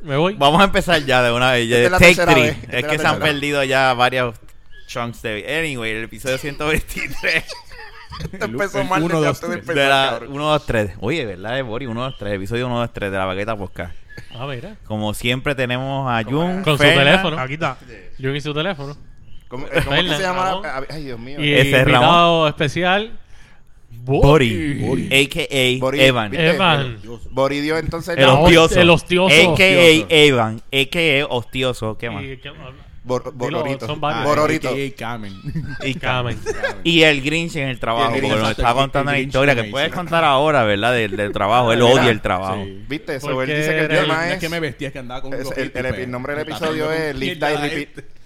Me voy. Vamos a empezar ya de una vez. ya- Esta es la Take tercera three. vez, esta Es es la que se han tercera. perdido ya varios chunks de. Anyway, el episodio 123 Esto El- empezó el mal uno, desde dos, antes de tres. empezar, de la cabrón. 1, 2, 3. Oye, ¿verdad? Es Bori, 1, 2, 3. Episodio 1, 2, 3 de la baqueta Podcast. Ah, mira. Como siempre, tenemos a Jun. Con su Fernan, teléfono. Aquí está. Yo hice su teléfono. ¿Cómo, eh, cómo es que Fernan, se llama? cabrón. Ay, Dios mío. Y Ese es Ramón. invitado especial. Bori. Bori. AKA Bori, Evan. ¿viste? Evan. Boridio entonces El La no. hostia. ostioso. el ostioso. AKA Ostioso. Evan. AKA ostioso. ¿Qué más? Y, ah, ¿qué más? Bor- Dilo, Bororito. son varios. Bororito. AKA Carmen. Y, Carmen. y el Grinch en el trabajo. Y el Grinch, porque nos exacto, está el- el contando la Grinch historia que que me puedes hizo. contar ahora, ¿verdad? Del, del trabajo. Él Mira, odia el trabajo. sí. ¿Viste eso? Porque Él dice que el era el- tema No es es... que me vestía, es que andaba con es- globito el- el y, pues, epi- nombre del me está episodio saliendo es con Live, mierda Die, de Repeat. este.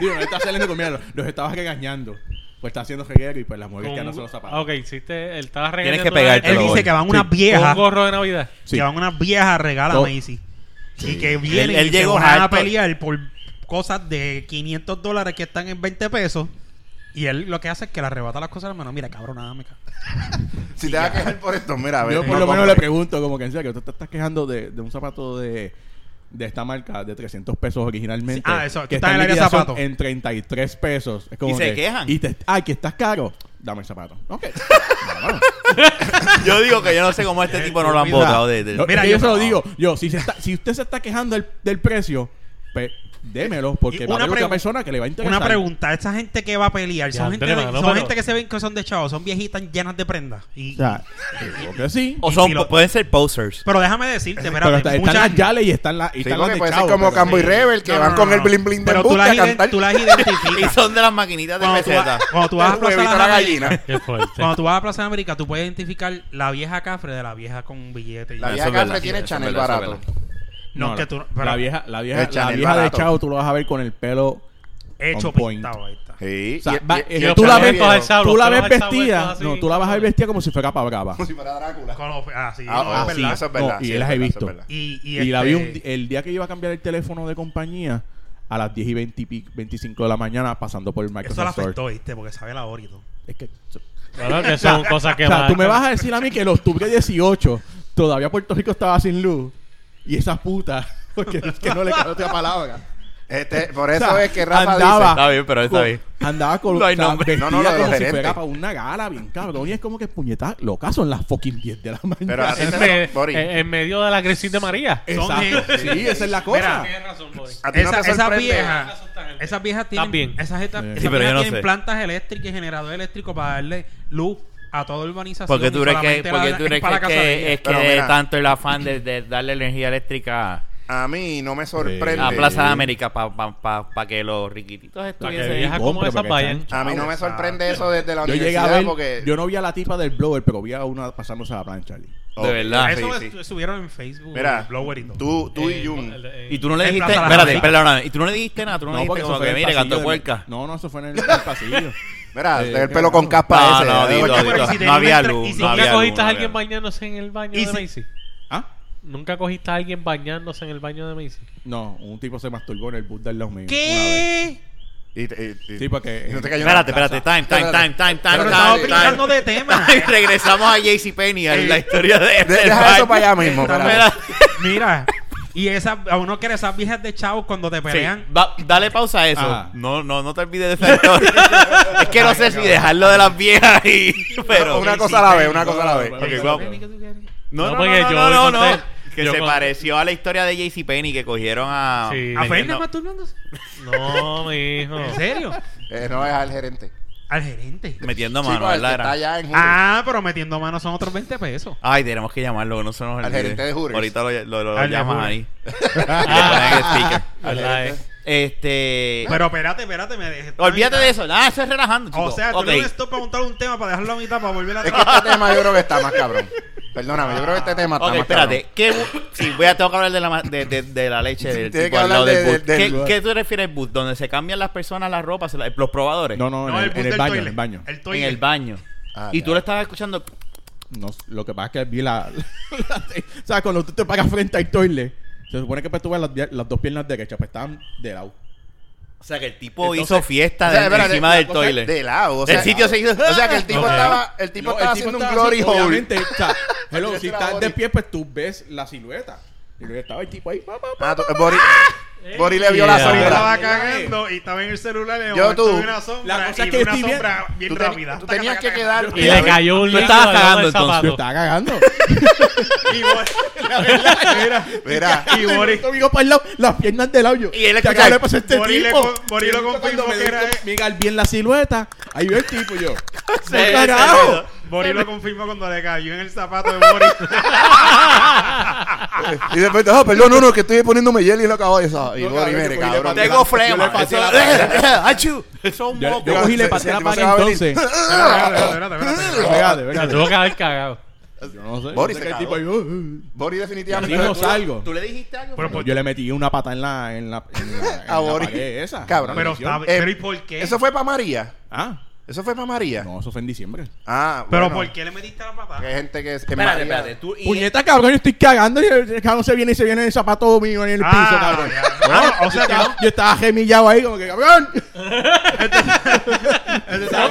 Digo, no está saliendo con mierda. Los estabas regañando. Pues está haciendo reguero y pues las mujeres que no son los zapatos. Ah, ok, hiciste. Él estaba Tienes regañando. que una- pegártelo. Él Pero dice bueno. que van Sí, unas Un viejas, gorro de Navidad. Sí. que van unas viejas, regala No. Macy. Y que vienen Él- él y se llegó van a harto. pelear por cosas de 500 dólares que están en 20 pesos. Y él lo que hace es que le arrebata las cosas a la mano. Mira, cabrón, nada me cago. Si te vas a quejar por esto, mira, a ver. Yo por no lo menos le compres. pregunto, como que en serio, tú te estás quejando de, de un zapato de, de esta marca de 300 pesos originalmente. Sí, ah, eso, Que está en el área de liquidación zapatos. En 33 pesos. Es como Y se que- quejan. Y te, ah, que estás caro. Dame el zapato. Ok. Vámonos. Yo digo que yo no sé cómo este tipo no lo han votado. De, de- No, Mira, es que yo yo- se lo digo. Yo, si, se está- si usted se está quejando del, del precio, pues démelo, porque Y va a una haber otra pregu- persona que le va a interesar. Una pregunta, esta gente que va a pelear, Ya, son, gente, Andrés, de- no, son pero- gente que se ven que son de chavos, son viejitas llenas de prendas. Y, O sea, eh, yo creo que sí. o y son, si lo- pueden ser posers. pero déjame decirte, pero espérate, está- están muchas- las yales y están las. Y Sí, están las porque de puede ser chavo, como pero- Cambo y Rebel, que No, no, van no, con el no. bling bling de Pero tú embuste las, a iden- cantar. tú las Y identificas. son de las maquinitas de cuando, tú peseta. vas, cuando tú vas a El huevito Plaza de a la las gallina. Qué fuerte. Cuando tú vas a Plaza América, tú puedes identificar la vieja cafre de la vieja con billete. y- La Eso vieja es verdad, Cafre tiene eso es Chanel verdad, eso es barato. verdad. no, No, que tú. pero- La vieja, la El vieja, la Chanel vieja de barato. chavo, tú lo vas a ver con el pelo Hecho on point. pintado, ahí está. Sí. O sea, y- va- y- eh, y los tú la ves, chavitos del sablo, tú la tú ves los del sablo, vestida. todas así, No, tú la vas a ver cabrones. vestida como si fuera para brava. Como si fuera Drácula. Con los- ah, sí, Ah, no, ah, es sí, verdad. eso es verdad. No, y sí, él es las he verdad, visto. eso es verdad. Y, Y, y la vi este- un di- el día que iba a cambiar el teléfono de compañía a las 10 y 20 y pico- 25 de la mañana pasando por el Eso la Microsoft Store. afectó, ¿viste? Porque sabe la hora y todo. Es que, Claro que son cosas que o sea, tú marcan. me vas a decir a mí que el octubre 18 todavía Puerto Rico estaba sin luz y esa puta, porque es que no le cabe otra palabra. Este, por eso O sea, es que Rafa andaba- dice... Está bien, pero está Con- bien. Andaba con No hay o sea, nombre. vestida No, no, lo de los como si gerentes. fuera para una gala, bien cabrón. Y es como que puñetas locas son las fucking 10 de la mañana. Pero así En, te- me- Bori. en- en medio de la crisis de María. Exacto. Son- Sí, esa es la cosa. Tienes razón, Bori. A ti no Esa, te esas sorprende. viejas, esas viejas tienen, También. esas, eta- Sí, pero esas yo viejas no tienen sé. plantas eléctricas y generador eléctrico para darle luz a toda urbanización. Porque tú y crees que, solamente la- porque tú es crees para que, la casa de que- ella. es que Pero mira. tanto el afán de, de darle energía eléctrica A mí no me sorprende. a Plaza de América para que los riquititos Para que estuviesen. viejas compro, como esas porque vayan. A mí no me sorprende eso desde la Yo llegué a universidad ver, porque... yo no vi a la tipa del blower, pero vi a una pasándose a la plancha allí. Ok, De verdad. Eso sí, sí. lo subieron en Facebook. Mira, en Blower y todo. Tú, tú Eh, y Jun. eh, Y tú no le En dijiste, Plaza de espérate, América. perdóname, y tú no le dijiste nada, tú no le dijiste como que en el mire, pasillo canto de- puerca. No, no, eso fue en el, en el pasillo. Mira, Eh, el qué pelo bueno. con caspa No, no, ese. dilo, ¿eh? dilo. pero si No tenía había una entre- luz, y si no nunca había ¿Nunca luz, cogiste no a había alguien luz. bañándose en el baño Y de si- Macy? ¿Ah? ¿Nunca cogiste a alguien bañándose en el baño de Macy? No, un tipo se masturbó en el bus del lado mío. Eh, ¿Qué? Y te- y- y- Sí, porque- y no te cayó Espérate, nada. espérate, time, time, time, time, time, Pero Pero estamos dale, time, brincando time. de tema. Time, Regresamos a JCPenney, a la historia de Eh, este De- del Deja eso baño. para allá mismo. espérate. Espera. Mira, y esas, a uno quiere esas viejas de chavos cuando te Sí, pelean. va- dale pausa a eso. Ajá. No, no, no te olvides de esa historia. es que no sé si dejarlo de las viejas ahí, pero... Una cosa a la vez, una cosa a la vez. Ok, vamos. No, No, no, no, porque no, yo no, no, conté- no. Que yo se conté- pareció a la historia de JCPenney que cogieron a... Sí. ¿A Fernández vendiendo- masturbándose? No, mi hijo. ¿En serio? Eh, No es al gerente. Al gerente. Metiendo Chico, mano, el que ¿verdad? está Era? allá en Julio. Ah, pero metiendo manos son otros 20 pesos. Ay, tenemos que llamarlo, que no se nos Al olvide. gerente de Hooters. Ahorita lo, lo, lo Al de llamas ahí. Hooters. Ah, en el speaker. ¿Verdad, eh? Este... Pero espérate, espérate, me dejé. Olvídate de eso. Ah, eso es relajando, chico. O sea, tú Ok. no necesitas para montar un tema para dejarlo a mitad para volver a Es que este tema yo creo que está más cabrón. Perdóname, yo creo que este tema está Ok, más espérate. ¿Qué bu- sí, voy a tengo que hablar de la, ma- de, de- de la leche del Tiene tipo que al lado hablar del de- bus. de- del ¿Qué, bus. qué te refieres al bus? ¿Donde se cambian las personas las ropas, se la- los probadores? No, Eh, no, en, el, en el baño, en el baño. En el baño. Ah, y ya. tú lo estabas escuchando. No, lo que pasa es que vi la... o sea, cuando tú te pagas frente al toilet, se supone que pues, tú ves las, las dos piernas derechas, pues estaban de lado. O sea, que el tipo Entonces- hizo fiesta O sea, de- espérate, encima la del cosa es toilet. De lado. O sea, El sitio se hizo- O sea que el tipo Ok. estaba, el tipo No, estaba el tipo haciendo un estaba glory haciendo- hole. obviamente, o sea, hello, Yo si se la estás body. de pie, pues tú ves la silueta. Y luego estaba el tipo ahí. pa, pa, pa. Ah, tú- Bori, Bori le vio la Yeah. Yo sombra. estaba cagando y estaba en el celular y de Yo, momento tú. vi una sombra La cosa y es que vi yo una estoy sombra bien, Tú, ten- rápida. tú tenías que quedar. Y le cayó un Tú líquido estabas al lado cagando, del entonces. Yo zapato. estaba cagando. Y Boris- la verdad, Mira, mira, y Boris, Yo vengo para el lado, las piernas del lado. yo, Y él ¿qué escucha- acaba de pasar este Morí le tipo? con- Morí lo Y cuando confirmó me que era él. Mira bien la silueta. Ahí veo el tipo yo. Sí, ¡No, sí, carajo! sí. Boris lo confirmó cuando le cayó en el zapato de Boris. y después, oh, perdón, no, no, que estoy poniéndome hielo y lo acabo de eso. Y No, Bori, cabrón, mire, yo cogí cabrón. de Tengo Yo le flema. pasé la- ¡Achú! Son Yo, yo mocos. cogí y le Se- pasé se- la se paga va a venir. entonces. Espérate, espérate, espérate, espérate. Espérate, Se espérate. tuvo que haber cagado. Yo no sé. Boris yo se sé que el cagó. tipo ahí, "Uh, uh". Bori, definitivamente. Dijimos algo. pues, ¿Tú le dijiste algo? Pero, por- Yo le metí una pata en la en la en la, en A la Boris. pared esa. Cabrón. pero, Bendición. está- Eh, pero ¿y por qué? Eso fue para María. Ah, Eso fue para María. no, eso fue en diciembre. Ah, pero bueno, ¿por qué le metiste la patada? que hay gente que es. que Espérate, María- espérate. Tú, y- Puñeta, cabrón, yo estoy cagando y el el cabrón se viene y se viene el zapato mío en el Ah, piso, cabrón. ya. Ah, no, o sea que no. Yo estaba gemillado ahí como que, cabrón. este- No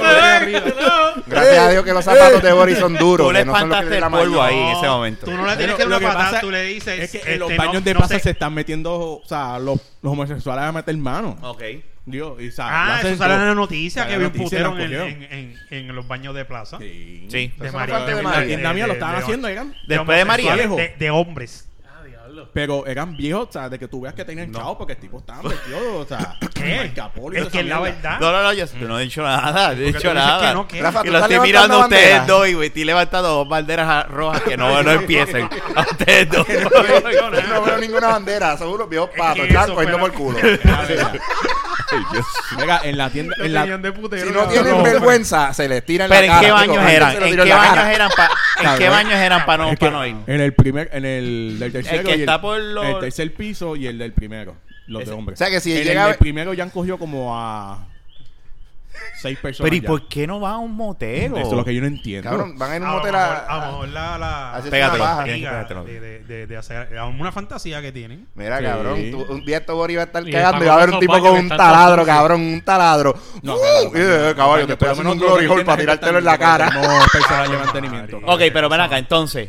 Gracias a Dios que los zapatos de Boris son duros. Tú le que no son los que espantaste de el la polvo mayor. ahí en ese momento. Tú no le tienes Pero que dar lo una patada, pasa tú le dices. es que este, en los no- baños de no pasa sé. se están metiendo, o sea, los, los homosexuales a meter mano. Ok. Dios, y o sea, lo Oh. Ah, hacen eso sale en todo. la noticia Sale que en vi la un noticia y putero la en, cogieron. en- en- en los baños de plaza. Sí. Sí. De Eso María. fue antes de de- María. En la tienda mía lo estaban haciendo, eran. Después de María. De, de hombres. Ah, diablo. Pero eran viejos, o sea, de que tú veas que tenían chavo porque el tipo estaba vestido, o sea, ¿Qué? marcapolo y Es toda que esa la mierda. verdad. No, no, no, yo yo no he dicho nada, yo no he tú dices dicho nada. que no, que- Rafa, y tú lo estás estoy mirando a levantando ustedes bandera. dos, y güey, estoy levantando dos banderas rojas que no, no empiecen. A ustedes dos. Yo no veo ninguna bandera, seguro vio pato, que están eso cogiendo fuera- por culo. Mira, en la tienda, en Lo la, tenían de putero, Si no cabrón. tienen No, vergüenza, se les tira en Pero en la qué cara. Digo, baños antes eran, se lo en tiró qué la cara. baños eran pa- en ¿eh? qué baños eran para no, es que pa' no ir. en el primer, en el del tercero El que y el, está por los- el tercer piso y el del primero, los de hombres. O sea, que si en llega- el del primero ya han cogido como a seis personas. Pero ¿y ya. por qué no va a un motel? Eso es lo que yo no entiendo. Cabrón, van en un A lo motel mejor- a lo a. mejor la- la- Así es Pégatelo, una baja. tienes que pegártelo. de, de- de- de hacer a una fantasía que tienen. Mira, Sí. cabrón, tú- un día esto Boris va a estar Y cagando y el va a haber famoso un tipo baño con que un está en taladro, todo cabrón, un taladro. No, ¡Uh! cabrón, Eh, caballo, no, te no, no, estoy no, haciendo un no, glory no, hole para no, tirártelo no, en la cara. Tenemos personal de mantenimiento. María. Ok, pero ven acá, entonces.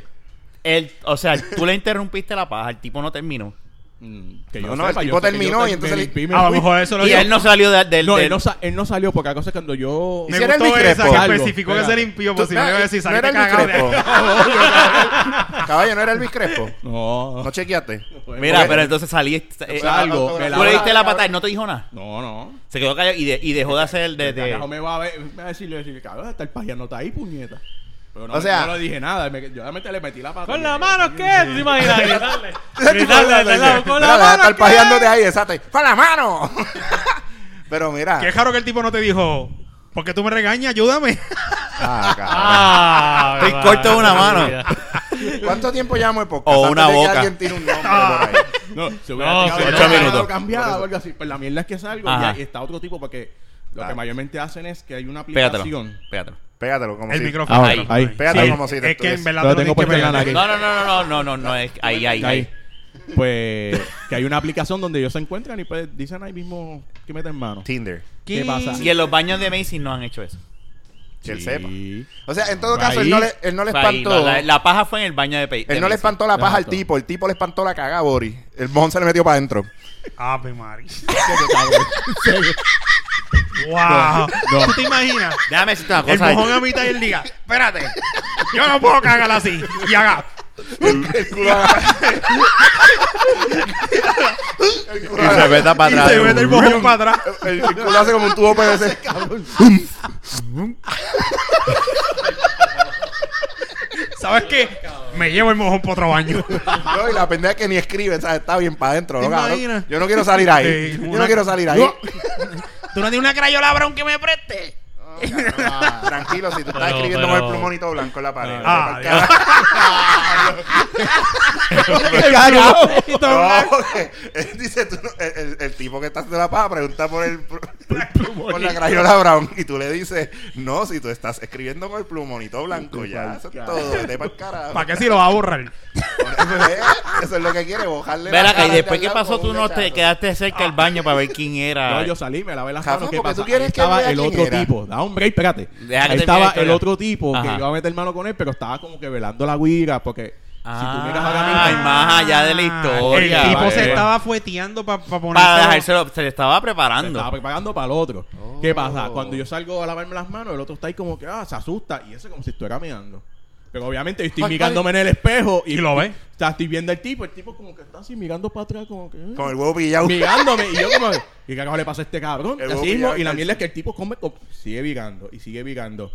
El, o sea, tú le interrumpiste la paja, el tipo no terminó. Mm, que yo No, no, el sepa, yo tipo sé que terminó yo y te- entonces me le- limpí, me A lo fui. mejor eso lo Y él no salió de- del... No, él del- no, sa- él no salió porque la cosa es cuando yo... Me Si era el gustó esa discrepo. que Algo, especificó que espera. se limpió, porque si no no, iba a decir, no era saliste el cagado de Luis acá. Crespo. Caballo, no era el Luis Crespo. No, No chequeaste. Mira, pero entonces saliste... eh, salgo, me Tú le diste la Cabrón. patada y no te dijo nada. no, no. Se quedó callado y, de- y dejó de hacer de, de- Carajo, me va a ver, me va a decirle, decirle, cabrón, hasta el payano no está ahí, puñeta. Pero no, O sea- no le dije nada, me- yo realmente le metí la pata. ¿Con Y- la mano qué? ¿Tú te imaginas? Gritarle. Gritarle de lado. ¿Con Mira, la deja de mano estar qué? pajeándote ahí, exacto. ¡Con la mano! Pero mira. Qué raro que el tipo no te dijo, ¿por qué tú me regañas? Ayúdame. Ah, cabrón. Ah, Estoy verdad, corto de una mano. ¿Cuánto tiempo llevamos de podcast? O Antes una de que boca. alguien tiene un nombre por ahí. No, se No, sí, no. hubiera tirado la cara, Ocho minutos. algo cambiada o algo así. Pues la mierda es que salgo y Ajá. ya- y está otro tipo porque lo Claro. que mayormente hacen es que hay una Pégatelo. Ah, aplicación. Pégatelo. Pégatelo como El si... micrófono. ahí, ahí. Pégate Sí, como si te Es que en verdad Lo tú no tengo tienes puesto en la pegarle. nariz. No, no, no, no, no, no, no, no, es ahí, ahí, Ahí. ahí. Pues que hay una aplicación donde ellos se encuentran y pues dicen ahí mismo que meten mano. Tinder. ¿Qué pasa? Y en los baños de Macy no han hecho eso. Que él Sí. sepa. O sea, en todo caso, Ahí. él no le, él no le O sea, ahí espantó... la, la- la paja fue en el baño de, Pe- de Él no le Macy. espantó la paja al Exacto. tipo, el tipo le espantó la caga a Boris. El mojón se le metió para adentro. Ave María. En serio. Wow. No. ¿Tú te imaginas? Déjame decirte una El cosa. mojón a mitad y él diga, espérate, yo no puedo cagar así. Y haga, El Y se meta y para se atrás. mete el mojón para atrás. culo hace como un tubo PVC. ¿Sabes qué? Me llevo el mojón para otro baño. No, y la pendeja que ni escribe, o sea, está bien para adentro. ¿Te ¿no, cabrón? imaginas? Yo no quiero salir ahí. Sí, Yo una- no quiero salir ahí. No. Tú no tienes una crayola, bro, que me preste. Ah, Tranquilo, si tú estás Pero- escribiendo pero- con el plumonito blanco en la pared. Ah, Porque- Dios. Cagao. No, porque él dice, tú no- el, el- el tipo que está haciendo la paja pregunta por el pl- por la crayola brown y tú le dices, no, si tú estás escribiendo con el plumonito blanco, ya, eso es todo, vete pa'l carajo. ¿Para qué si lo va a borrar? Eso es lo que quiere, bojarle Ven la acá, cara y al de después al que lado pasó, con tú un no te hachazo. quedaste cerca del baño para ver quién era. No, yo salí, me lavé las Jafú, manos. ¿Qué porque pasa? tú quieres Ahí que estaba vea el quién otro era. tipo. Da un break, espérate. Deja que Ahí termine la estaba historia. el otro tipo Ajá. que iba a meter mano con él, pero estaba como que velando la guira porque tú miras ahora mismo- Ay, más allá de la historia. El tipo vale. eh. se estaba fueteando para poner. Para dejárselo, se le estaba Me preparando. Estaba pagando para el otro. Oh. ¿Qué pasa? Cuando yo salgo a lavarme las manos, el otro está ahí como que, ah, se asusta. Y eso es como si estuviera meando. Pero obviamente yo estoy mirándome en el espejo y, Y lo ve. O sea, estoy viendo al tipo. El tipo como que está así mirando para atrás, como que. eh, Con el huevo pillado. Mirándome. y yo como, ¿qué carajo le pasa a este cabrón? El Y así huevo mismo, pillado y la en mierda es que el tipo come, com- sigue virando y sigue virando.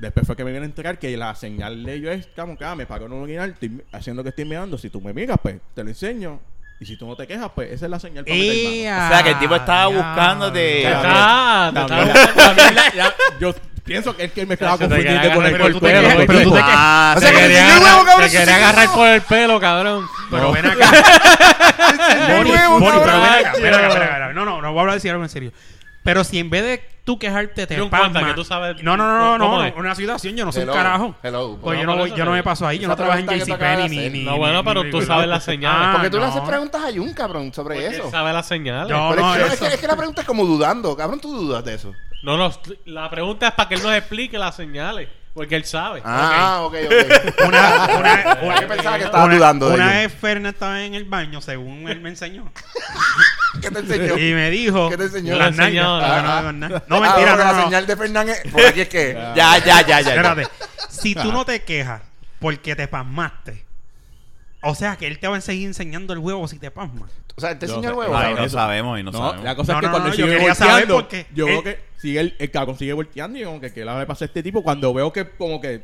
Después fue que me viene a enterar que la señal de ellos es como que ah, me pago en un original, estoy haciendo que estoy meando. Si tú me miras, pues te lo enseño. Y si tú no te quejas, pues esa es la señal para meter mano. O sea, que el tipo estaba Ah, buscando de- Claro. Está, te También. está buscando la mierda. Ya, yo pienso que es que me estaba Chacho, te confundiendo quería con el agarrar, pero cuerpo. tú te de quejas, los pero tú tipos. Ah, O Te sea, que quería de nuevo, agarrar- cabrón, te eso quería sí que agarrar no. por el pelo, cabrón. Pero ven acá. Moni, nuevo, Moni, pero cabrón. ven acá, ven acá, ven acá, ven acá. No, no, no voy a hablar de cigarro en serio. Pero si en vez de tú quejarte te Pero un empasma- cuenta que tú sabes No, no, no, no, cómo no, es. una situación, yo no soy Hello, un carajo. hello. Pues No, yo no por voy, eso yo no te me digo. paso ahí, yo Esa no trabajo en pregunta que tú JCPenney acabas de ni, hacer. ni No, bueno, ni- pero ni- tú ni- sabes no. las señales. Ah, Porque tú le no. haces preguntas a Jun, cabrón, sobre Porque eso. él sabe las señales. No, No, no, Pero es, que, es eso. que- es que la pregunta es como dudando, cabrón, tú dudas de eso. no, la pregunta es para que él nos explique las señales. Porque él sabe. Ah, ok, ok. Una, una, Yo una, pensaba que estaba una- dudando de una ello. vez Fernan estaba en el baño, según él me enseñó. ¿Qué te enseñó? y me dijo. ¿Qué te enseñó? La Las nalgas. enseñó, porque no ah. veo nada. No, Ah, mentira, porque no, La no. señal de Fernández por aquí es que. Ya, ya, ya, ya. ya. Espérate. Si tú no te quejas porque te pasmaste, o sea que él te va a seguir enseñando el huevo si te pasmas. O sea, este Yo señor sé. huevo. Ay, cabrón. no sabemos y no, No, sabemos. la cosa No, es que no, cuando no, yo sigue quería saber volteando, por qué. yo Él- veo que sigue el, el cabrón sigue volteando y yo como que qué le pasa a este tipo cuando veo que como que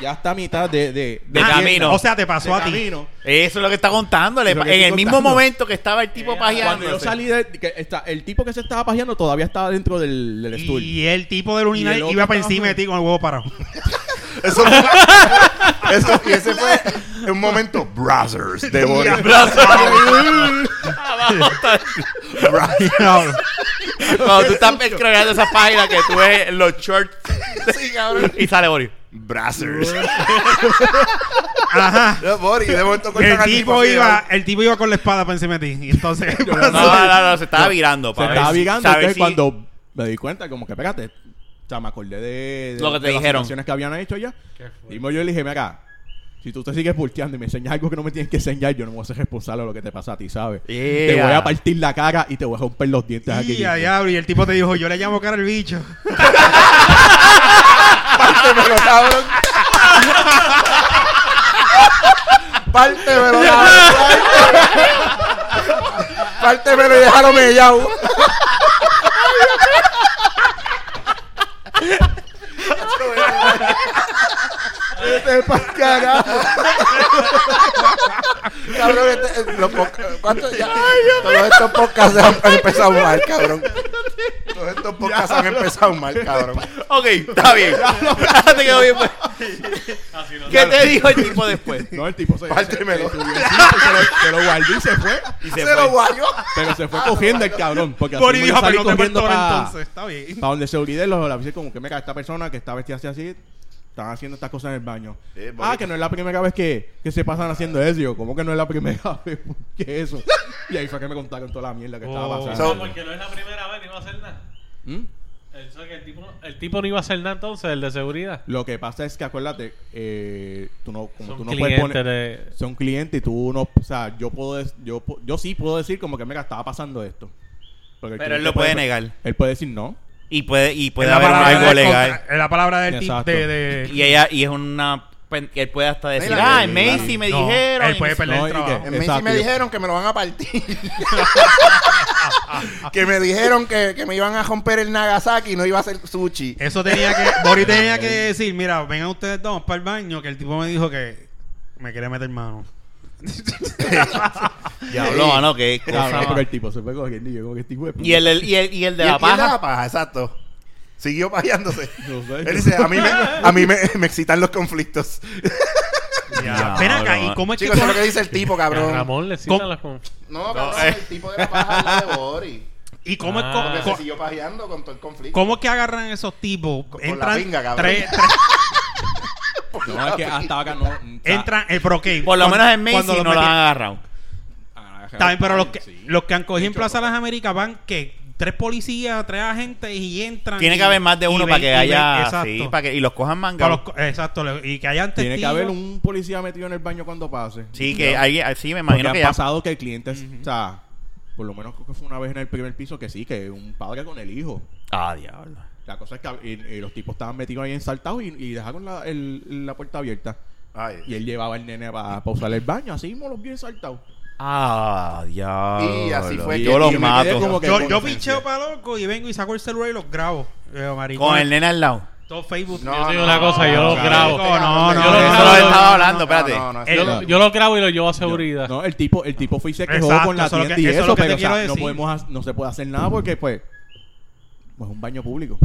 ya está a mitad de de, De camino. No. O sea, te pasó a ti. camino. Eso es lo que está contándole. Eso que en estoy el mismo contando. momento que estaba el tipo pajeando. Cuando yo salí de que está, el tipo que se estaba pajeando todavía estaba dentro del, del stool. Y el tipo del Y urinal el otro iba para estaba encima de ti con el huevo parado. Eso fue. eso, y ese fue un momento Brothers de Boris. Brothers. Cuando tú estás escrollando esa página que tú ves los shorts. Y sale Boris. Brothers. Ajá. No, Boris, de momento Y El cortan al tipo así, iba, el tipo iba con la espada para encima de ti. Y entonces. No, no, no, se estaba virando. se para ver estaba si- vigando. saber Entonces, si- cuando me di cuenta, como que, espérate, o sea, me acordé de, de- Lo que te de las dijeron. situaciones que habían hecho ya. Y yo le dije, mira, si tú te sigues volteando y me enseñas algo que no me tienes que enseñar, yo no me voy a ser responsable de lo que te pasa a ti, ¿sabes? Te voy Yeah. a partir la cara y te voy a romper los dientes aquí. Y, mismo". a diablo, y el tipo te dijo, yo le llamo cara al bicho. Pártemelo, cabrón. Pártemelo, cabrón. Pártemelo y déjalo mellao. Este es pa' carajo. Cabrón, este, eh, los podca- ¿cuántos ya? Todos estos podcasts han, han empezado mal, cabrón. Todos estos podcasts han empezado mal, cabrón. Ok, está bien. Ya te quedó bien. pues. Ah, ¿Qué te dijo el tipo después? No, el tipo se. Pártemelo. Se, subió encima, se lo, se lo guardó y se fue. Y Se, se fue. lo guayó. Pero se fue cogiendo el cabrón. Porque así Boris mismo dijo, yo salí pero no te corriendo muerto pa- entonces. Está bien. Para donde se olvide los la avisé como que mira, esta persona que está vestida así así, están haciendo estas cosas en el baño. Sí, ah, bonito. que no es la primera vez que, que se pasan haciendo eso. Y Yo, ¿cómo que no es la primera vez que eso? Y ahí fue que me contaron toda la mierda que estaba Oh. pasando. So- Ah, Porque no es la primera vez, no iba a hacer nada. ¿Mm? Eso que el tipo, el tipo no iba a hacer nada entonces, el de seguridad. Lo que pasa es que acuérdate, eh, tú no, como Son tú no puedes clientes poner. de... Son clientes y tú no, o sea, yo puedo, des- yo, pu- yo sí puedo decir como que mira, estaba pasando esto. Porque el Pero él cliente lo puede negar. Él puede decir no. Y puede, y puede Es la haber palabra algo del legal. contra- es la palabra del tipo Exacto. de, de- Y ella, y es una. pen- Él puede hasta decir, Mira, ah, eh, en Macy me No, dijeron. él puede y- perder No, el ¿y trabajo. qué? En Messi Exacto, me yo- dijeron que me lo van a partir. que me dijeron que, que me iban a romper el Nagasaki y no iba a ser sushi. Eso tenía que. Boris tenía que decir: Mira, vengan ustedes dos para el baño. Que el tipo me dijo que me quería meter mano. Diablo, mano, qué Claro, cosa. porque el tipo se fue cogiendo y yo como que este hijo de puta. Y el, el- y el, y el de Y la el- y el de paja. exacto. Siguió pajeándose. No sé. Él dice, a mí me, a mí me, me excitan los conflictos. Ya, Ven acá, bro. ¿y cómo es Chicos, que.? eso es lo coge- que dice el tipo, A cabrón. Ramón le citan Con- las con... No, cabrón, el tipo de la paja la de Boris. ¿Y cómo es Ah. co- Porque co- se siguió pajeando con todo el conflicto. ¿Cómo es que agarran esos tipos? Con- con la Entran pinga, cabrón. tres, tres- No, es que ah, hasta acá no. o sea, entran, eh, pero ok, Por lo cuando- menos en Macy cuando no los lo han metieron- agarrado. ah, Está bien, pero los que, sí. los que han cogido en Plaza de las Américas van que tres policías, tres agentes y entran. Tiene y- que haber más de y uno ven- para que y ven- haya. exacto. Sí, para que, y los cojan Para los mangados. co- exacto, le- y que hayan testigos. Tiene que haber un policía metido en el baño cuando pase. Sí, que Ya. alguien. Sí, me Porque imagino ha que ya. pasado que el cliente, o sea, por lo menos creo que fue una vez en el primer piso que sí, que un padre con el hijo. Ah, diablo. La cosa es que y- y los tipos estaban metidos ahí ensaltados y, y dejaron la, el- la puerta abierta. Ay. Y él llevaba al nene para usar el baño, así mismo los vio ensaltados. Ah, diablo. Y así fue Yo que- los y me quedé mato. como que- Yo, con yo licencia. pincheo para loco y vengo y saco el celular y los grabo. Eh, maricón, Con el nene al lado. Todo Facebook. No, Yo te digo no, una cosa, yo no, lo no, grabo. no, no, Yo no, lo no, Eso grabo, lo lo- estaba hablando, espérate. No, no, no, yo- no. Yo lo grabo y lo llevo a seguridad. No, el tipo, el tipo fue y se quejó Exacto, con la eso es lo tienda que- y eso es eso, lo que pero te o sea, quiero no decir. podemos, ha- no se puede hacer nada porque pues, pues es un baño público.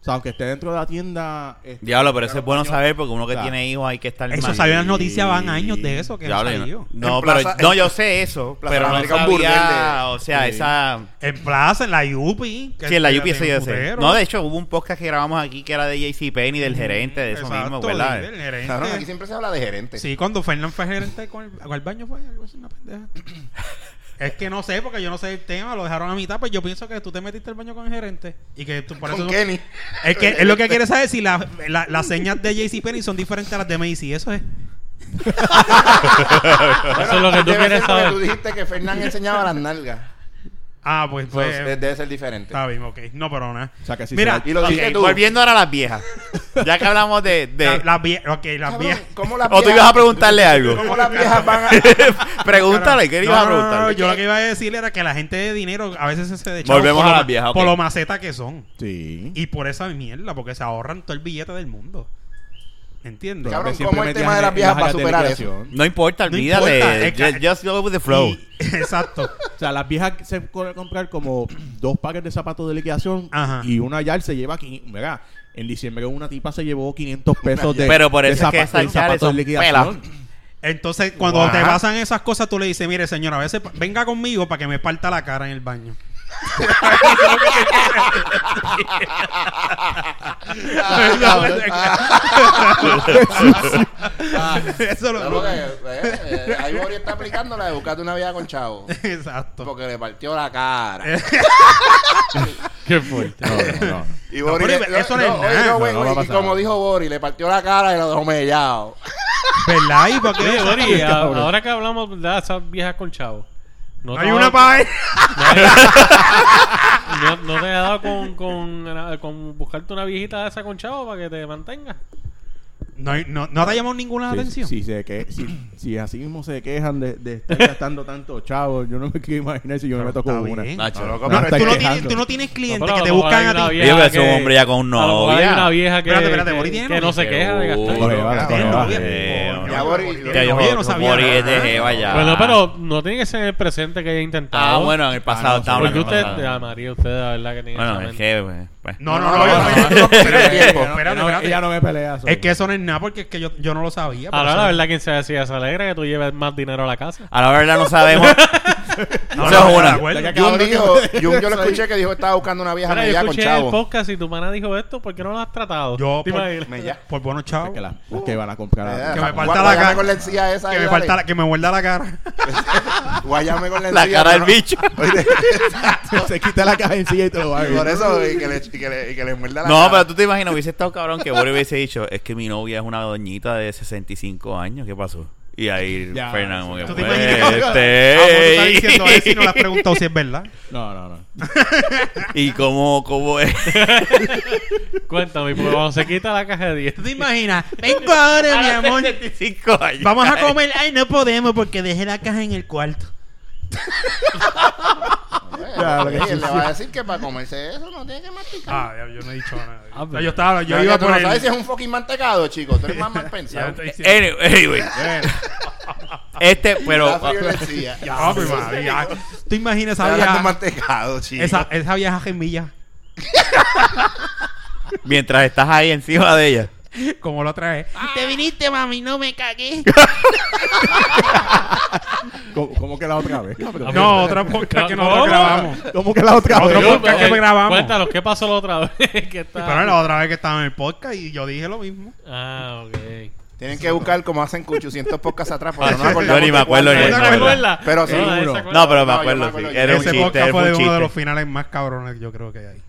O sea, aunque esté dentro de la tienda, este, Diablo, pero eso es bueno saber porque uno que Claro. tiene hijos hay que estar Eso mal. salió en las noticias, van años de eso que no Diablo, yo salió. No, pero En Plaza- no, en- yo sé eso, Plaza pero no América, un sabía, burdel de- o sea, esa En Plaza, en la Yupi. que- Sí, en la que UPS tiene yo un sé. putero. No, de hecho, hubo un podcast que grabamos aquí que era de JCPenney, del gerente, de eso Exacto, mismo, ¿verdad? del gerente. Cabrón, aquí siempre se habla de gerente. Este. Sí, cuando Fernán fue gerente con el, con el baño fue algo así, una pendeja. es que no sé, porque yo no sé el tema, lo dejaron a mitad, pues yo pienso que tú te metiste al baño con el gerente y que tú por eso... Con tú- Kenny. Es que es lo que quiere saber si la- la- las señas de JCPenney son diferentes a las de Macy, eso es. Eso es lo que tú Debe quieres ser porque saber. Tú dijiste que Fernán enseñaba las nalgas. Ah, pues, pues Entonces, debe ser diferente. está bien, ok. No, pero nada. O sea, que si Mira, se- Y lo Ok, dijiste tú. volviendo ahora a las viejas. Ya que hablamos de... de- la- las vie- ok, las Cabrón, viejas... ¿Cómo las o tú ibas a viejas, preguntarle algo. cómo las viejas van a...? Pregúntale, ¿qué le ibas a No, no, no, no, preguntar? yo lo que iba a decir era que la gente de dinero a veces se de Volvemos a por lo las ma- viejas, ok. por lo maceta que son. sí. Y por esa mierda, porque se ahorran todo el billete del mundo. ¿Entiendes? Cabrón, Porque ¿cómo siempre el metían tema de las en- en viejas va a áreas de superar recreación. No importa, No olvídate. importa, es que- ju- Just go with the flow. Y- exacto. O sea, las viejas se pueden comprar como dos pares de zapatos de liquidación Ajá. y una yal se lleva aquí. Mira, en diciembre una tipa se llevó 500 pesos de Pero por de eso es que zapa- esas de zapatos yales son de liquidación. Entonces, cuando Guau. te pasan esas cosas, tú le dices, mire, señora, a veces pa- venga conmigo para que me parta la cara en el baño. Ah. Eso No, lo- porque, eh, eh, ahí Boris está aplicando la de buscarte una vida con chavo. Exacto. Porque le partió la cara. Qué fuerte. No, no, no. Y Boris pero le- eso no es oye, nada. no, güey, No, no güey, va a y pasar. como dijo Boris, le partió la cara y lo dejó mellado. ¿Verdad? ¿Y por qué? Oye, Ori, a- cabrón. ahora que hablamos de esas viejas con chavo. ¿no te Hay ha una dado- paja. No, no te has dado con, con, con buscarte una viejita de esa con chavo para que te mantenga. No, hay- no, no te ha llamado ninguna Si- atención. Si, se que, si, si así mismo se quejan de, de estar gastando tanto chavo, yo no me quiero imaginar si yo no me Pero toco está una. bien. Nacho. No, No, pero está Tú no, quejando. tienes, tú no tienes clientes Ah, pero a que lo te mejor buscan hay a ti. una Oye, pero es un que- hombre ya con un A lo mejor hay una novia. vieja que, Espérate, espérate, Boris que, tiene que no se novia. queja de gastar. Seguro. Vale, vale, Tiene vale, vale. novia. Eh, Coño. Ya Boris, Ya yo, Oye, no sabía morí de nada. jeva ya. Bueno, pero no tiene que ser en el presente que haya intentado. Ah, bueno, en el pasado Ah, no, estábamos Porque usted, hablando del pasado. ah, María, usted la verdad que tiene Bueno, esa es mente. que, pues, pues. No, no, No, no, no, yo no, no, no, yo no, espérate, tiempo. espérate, Ella no- espérate. Ella no me pelea. Es que eso no es nada porque es que yo, yo no lo sabía. por Ahora eso- Ah, la verdad quien se decía se alegra que tú lleves más dinero a la casa. A la verdad no sabemos. No, Eso no, es no, una. de acuerdo. Ya que- Jun Cabrón, dijo, Jun yo lo escuché que dijo que estaba buscando una vieja Mira, yo mellada con escuché el chavo. podcast y tu pana dijo esto, ¿por qué no lo has tratado? Yo ¿Te por- imaginas? Mellá. Por buenos chavos. que Que, las, las que van a comprar. Eh, Que me Guá- falta la guáyame cara. con la encía esa. me dale. falta la- que me vuelva la cara. Guáyame con la encía. La cara del no- bicho. se quita la caja encima y te lo va a Por ver. eso, y que le, y que le, y que le muerda la No, cara. pero tú te imaginas, hubiese estado cabrón que Boris hubiese dicho, es que mi novia es una doñita de 65 años, ¿qué pasó? Y ahí Ya, Fernando, como que ¿Tú te pues, este, imaginas? Ah, vos tú estás diciendo a ver si no le has preguntado si es verdad. No, no, no. Y cómo, cómo es. Cuéntame, porque cuando se quita la caja de 10. ¿Tú te imaginas? Vengo ahora, mi amor. 65 años. Vamos a comer. Ay, no podemos porque dejé la caja en el cuarto. Eh, Ya, lo que y él sí, le sí. va a decir que para comerse eso no tiene que masticar. Ah, yo no he dicho nada. Ah, No, yo estaba, yo Ya, iba ya tú por no el- sabes si es un fucking mantecado, chico. Tú eres más mal Ya pensado. me estoy diciendo- Anyway, anyway. Este, pero... Está frío en la encía. Ya, mi madre, ya. ¿Tú imaginas Está esa hablando vieja? mantecado, chico. Esa, esa vieja gemilla. ah, Mientras estás ahí encima de ella. Como lo trae. Te viniste, mami, no me cagué. ¿Cómo, cómo que la otra vez? cabrón? No, Ah, otra podcast que ¿Cómo? nosotros grabamos. ¿Cómo que la otra Otro vez? Pero podcast. ¿por qué Eh, grabamos? Cuéntanos, ¿qué pasó la otra vez? que está... Pero la otra vez que estaba en el podcast y yo dije lo mismo. Ah, ok. Tienen que buscar como hacen 800 podcasts atrás. Porque no nos Ah, Yo acordamos ni me de acuerdo cuál ni es. de ¿No te acuerdas? Pero sí, No, uno. esa cuerda. No, pero me No, yo acuerdo, me sí. acuerdo. Era un Ese chiste, fue podcast fue de un uno de los chiste. finales más cabrones, yo creo que hay.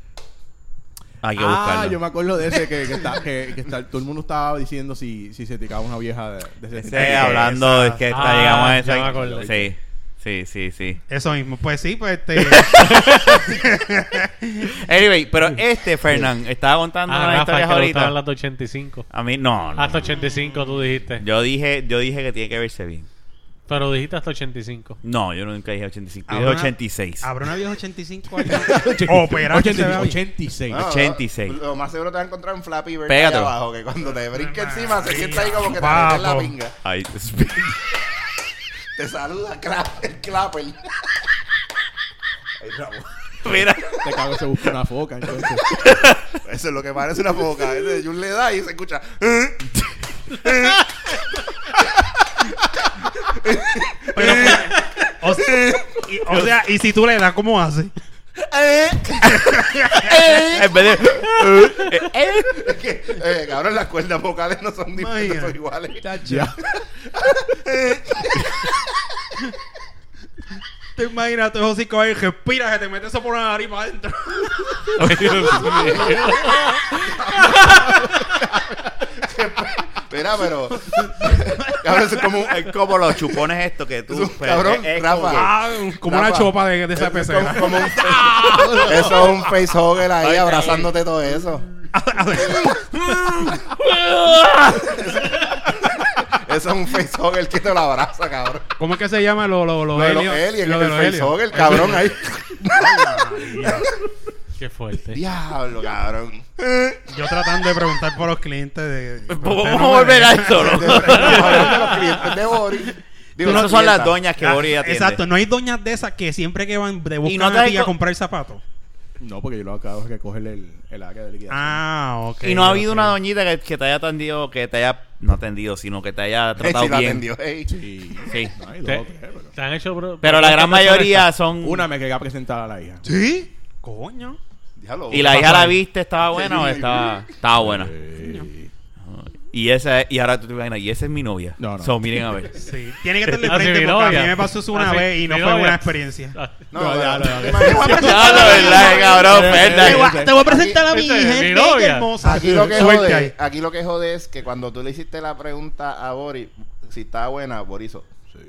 Hay que Ah, yo buscarlo. me acuerdo de ese que, que, está, que, que está- todo el mundo estaba diciendo si, si se tiraba una vieja de, de Sí, ese- hablando, es que está, Ah, llegamos a ya esa. me acordé. Sí, sí, sí, sí. Eso mismo. Pues sí, pues este. Anyway, pero este, Fernán, estaba contando Ah, una Rafa, que historia le gustaban ahorita. las Ah, de 85. A mí, no, no. Hasta 85 tú dijiste. Yo dije, yo dije que tiene que verse bien. Pero dijiste hasta 85. No, yo nunca dije 85, Habrá dije una- 86. Habrá una vieja 85 años. Operar. que se vea bien. Ah. 86. No, 86. Lo más seguro te vas a encontrar un Flappy Bird allá Pégatelo. abajo, que cuando te brinque encima se Mamá sienta ahí como que te mía. meten la Papo. pinga. Ay, Dios mío. Te saluda clap, el clapper. Ay, Ramón. mira. Te cago, se busca una foca. Entonces. Eso es lo que parece una boca. Ese Jun le da y se escucha. Pero, o, sea, y, o sea, y si tú le das, ¿cómo hace? En vez de. Es que, eh, cabrón, las cuerdas vocales no son, diferentes, Maya. son iguales. Ya. Te imaginas, tú esos ahí, respiras, se te metes eso por la nariz para adentro. Espera, pero. Cabrón, eso es como. un- Es como los chupones estos que tú. pues, Es un cabrón, es como Rafa. que- Ah, como una Rafa, chopa de, de Eh, esa eso pecera. es como, como un, eso es un facehugger ahí abrazándote todo eso. eso es un facehugger que te lo abraza, cabrón. ¿Cómo es que se llama lo, lo, lo, Lo de los helio? aliens, Lo el de los helios. facehugger, cabrón, ahí. Qué fuerte. Diablo, cabrón. Yo tratando de preguntar por los clientes de... pero Pues eh, Vamos ustedes a no me volver a dejan. esto, De- ¿no? de los clientes de Boris. Digo, Esas los son las clientas. doñas que Bori Ah, atiende. Exacto, no hay doñas de esas que siempre que van de buscan no a te ti a co- comprar zapatos. No, porque yo lo acabo de coger el, el área de liquidación. Ah, ok. Y no ha habido ok. una doñita que, que te haya atendido, que te haya. No atendido, sino que te haya Hey, tratado sí, la bien. atendió, hey. Y, Sí. no, hay Te- dos, tres, pero- Te han hecho pro- Pero la gran propuestas de mayoría sorpresa. son. Una me quería presentar a la hija. ¿Sí? Coño. Diablo, ¿Y la hija la ahí. viste? ¿Estaba buena o Sí. estaba, estaba buena? Eh, Y esa es- y ahora tú te imaginas, y esa es mi novia. No, no. So, miren a ver. Sí. Tiene que estar de Así frente mi porque a mí novia. me pasó eso una Así vez y no mi fue novia. buena experiencia. Ah, No, No, ya, no, no, te no. imaginas- Ya, la verdad, cabrón, Eh, Fernan. eh, Te voy, a- te voy a presentar a mi Esta hija, es mi es novia. bella, hermosa. Aquí lo, que Suerte ahí. jode, aquí lo que jode es que cuando tú le hiciste la pregunta a Boris, si estaba buena, Boris hizo, "Sí".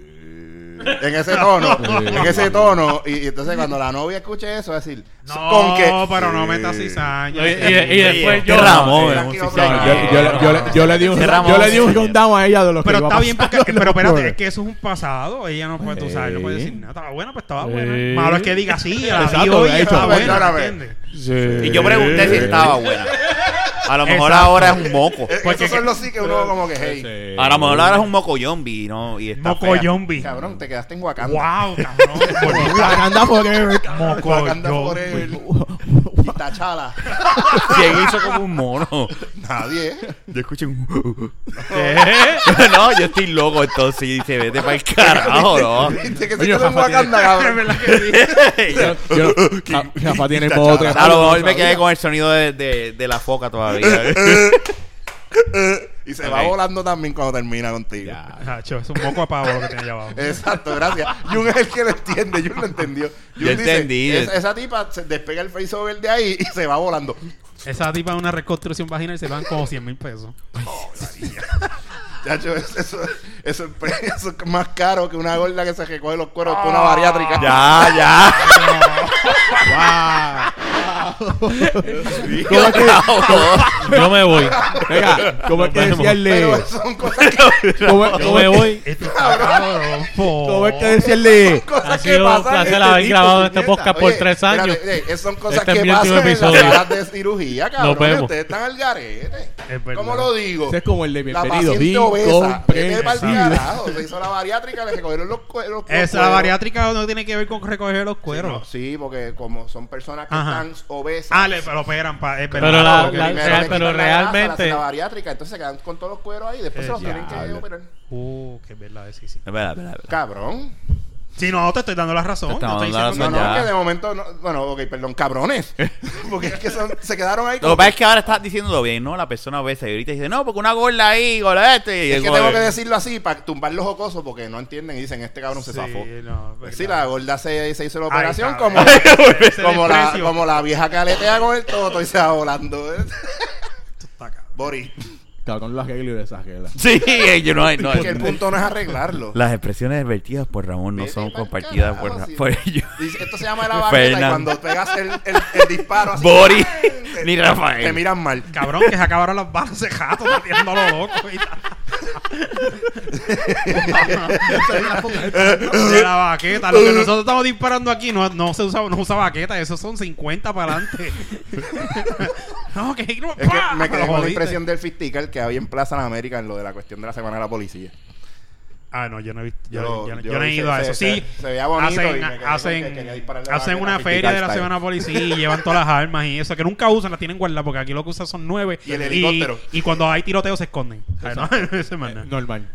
En ese tono, en ese tono. Y, y entonces cuando la novia escuche eso, va a decir, No, pero no metas cizaña. este Y, y- y después Oye, yo. qué Ramón, eh, Ramón, tranquilo, sí, no, Ah, yo, sí. yo le- yo le- yo le di un, Cerramos. yo le di un rundown a ella de lo que Pero iba está bien pasando porque, en pero los espérate, juegos. es que eso es un pasado. Ella no puede, tú sabes, no puede decir nada. Estaba buena, pues estaba buena. Sí. Malo es que diga sí, la vi Exacto, hoy, de hecho. estaba buena, Perdóname. ¿entiendes? Y yo pregunté si estaba buena. A lo mejor Exacto. ahora es un moco. eh, Porque- esos son los sí que uno como que, hey, Sí. A lo mejor ahora es un moco zombie, ¿no? Y está Moco fea. zombie. cabrón, te quedaste en Wakanda. Wow, cabrón. La ganda forever. Moco Wakanda zombie. forever. Y Tachala. Llegué y hizo como un mono. Nadie. ¿eh? Yo escuché un... no, yo estoy loco entonces y dice, vete para el carajo, ¿no? Viste que se Oye, quedó en Rafa, Wakanda, cabrón. Yo- yo- Ja- Rafa tiene Quita, modo tres A lo palos, mejor me ¿sabía? quedé con el sonido de, de, de la foca todavía. Y se va Ok. volando también cuando termina contigo. Nacho, es un moco a pavo lo que tiene allá abajo. Exacto, gracias. Jun es el que lo entiende, Jun lo entendió. Jun Yo entendí. Esa, esa tipa se despega el faceover de ahí y se va volando. Esa tipa es una reconstrucción vaginal y se le dan como 100 mil pesos. Chacho, eso, eso, eso es pre- eso es más caro que una gorda que se recoge los cueros de una Ah. bariátrica. Ya, ya. ¿Cómo es que- Yo me voy. Venga, ¿cómo es que Nos vemos. decía el Pero de- eso son cosas que, ¿Cómo es- Yo cómo es me que- voy. Esto está cabrón, po. cómo es que decía el de- Ha cosas que sido un pasan. placer Este haber tipo, grabado este puñeta. podcast por Oye, tres años. espérate, eh, esas son cosas Este es que mi último pasan en las episodio. salas de cirugía, cabrón. vemos. Ustedes están al garete. Es verdad. ¿Cómo lo digo? Ese es como el de La bienvenido. paciente obesa. Vete pa'l Incomprensible. carajo. Se hizo la bariátrica, le recogieron los cueros. Esa bariátrica no tiene que ver con recoger los cueros. Sí, porque como son personas que Ajá. están obesas. Ah, le, pero operan, pa, es verdad. Pero la- ok. la- primero real- le quitan pero la grasa, la realmente- hacen La bariátrica, entonces se quedan con todos los cueros ahí. Después se los tienen que Diablo. operar. Uh, que es verdad, sí, sí. Espera, espera, espera. Cabrón. Si no, te estoy dando la razón. Te estamos no estoy dando la diciendo No, que no, Ya. que de momento. no- bueno, ok, perdón, cabrones. Porque es que son, se quedaron ahí. Lo que pasa es que ahora estás diciéndolo bien, ¿no? La persona a veces y ahorita dice, no, porque una gorda ahí, gorda este. Y Es el que gordo- tengo que decirlo así para tumbar los jocosos porque no entienden y dicen, este cabrón se zafó. Sí, no, Pues verdad. sí, la gorda se, se hizo la Ay, operación cabrón. como, Ese como, la, desprecio. como la vieja caletea con el toto y se va volando. ¿eh? Está cabrón. Boris, Cabrón, las reglas y desarreglas. Sí, eh, yo no, no, que el punto no es arreglarlo. Las expresiones vertidas por Ramón no Vete son pa'l compartidas carajo, por, Ra- sí. por ellos. Y esto se llama la barbeta y Fernan. cuando pegas el, el, el disparo así. Boris, te- ni Rafael. Te miran mal. Cabrón, que se acabaron las balas de jato, metiendo a lo loco y tal. de la baqueta. Lo que nosotros estamos disparando aquí no, no se usa, no usa baqueta, esos son 50 para adelante. no, que no, Es que ¡pah! me quedé Lo con la jodiste. impresión del fistical que había en Plaza de América en lo de la cuestión de la semana de la policía. Ah, no, yo no he visto. Yo, Yo- yo no- yo yo no he hice- ido a se- eso. se- Sí, se veía bonito y me hacen, quedé con que quería hacen, dispararle a la hacen vaca una Fistical feria de la style. semana policía y llevan todas las armas y eso, que nunca usan, las tienen guardadas porque aquí lo que usan son nueve. Y el helicóptero. Y cuando hay tiroteos se esconden. Ay, no, ese man, no. Normal.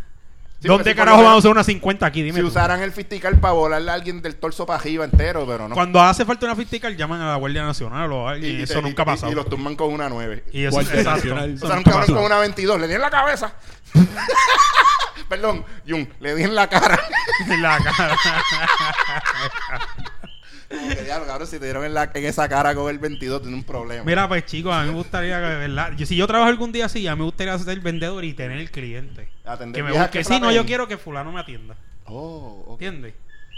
Sí, ¿Dónde porque si carajo por lo vamos a menos- usar una 50 aquí? Dime. Si tú. usaran el fistical para volarle a alguien del torso para arriba entero, pero no. Cuando hace falta una fiscal, llaman a la Guardia Nacional o algo, y, Y- y eso te- nunca y- ha pasado. Y, los tumban con una 9. Y eso, Guardia exacto, Nacional. eso O sea, un nunca cabrón ha con pasado. una 22. Le di en la cabeza. Perdón, Jun, le di en la cara. En la cara. Como que, diablo, cabrón, si te dieron en, la, en esa cara con el 22, tiene un problema. Mira, pues chicos, a mí me gustaría, que, de verdad, yo- si yo trabajo algún día así, a mí me gustaría ser el vendedor y tener el cliente. Atender Que me viejas busque. que Sí, no, flamen. yo quiero que fulano me atienda. Oh, ok. ¿Entiendes?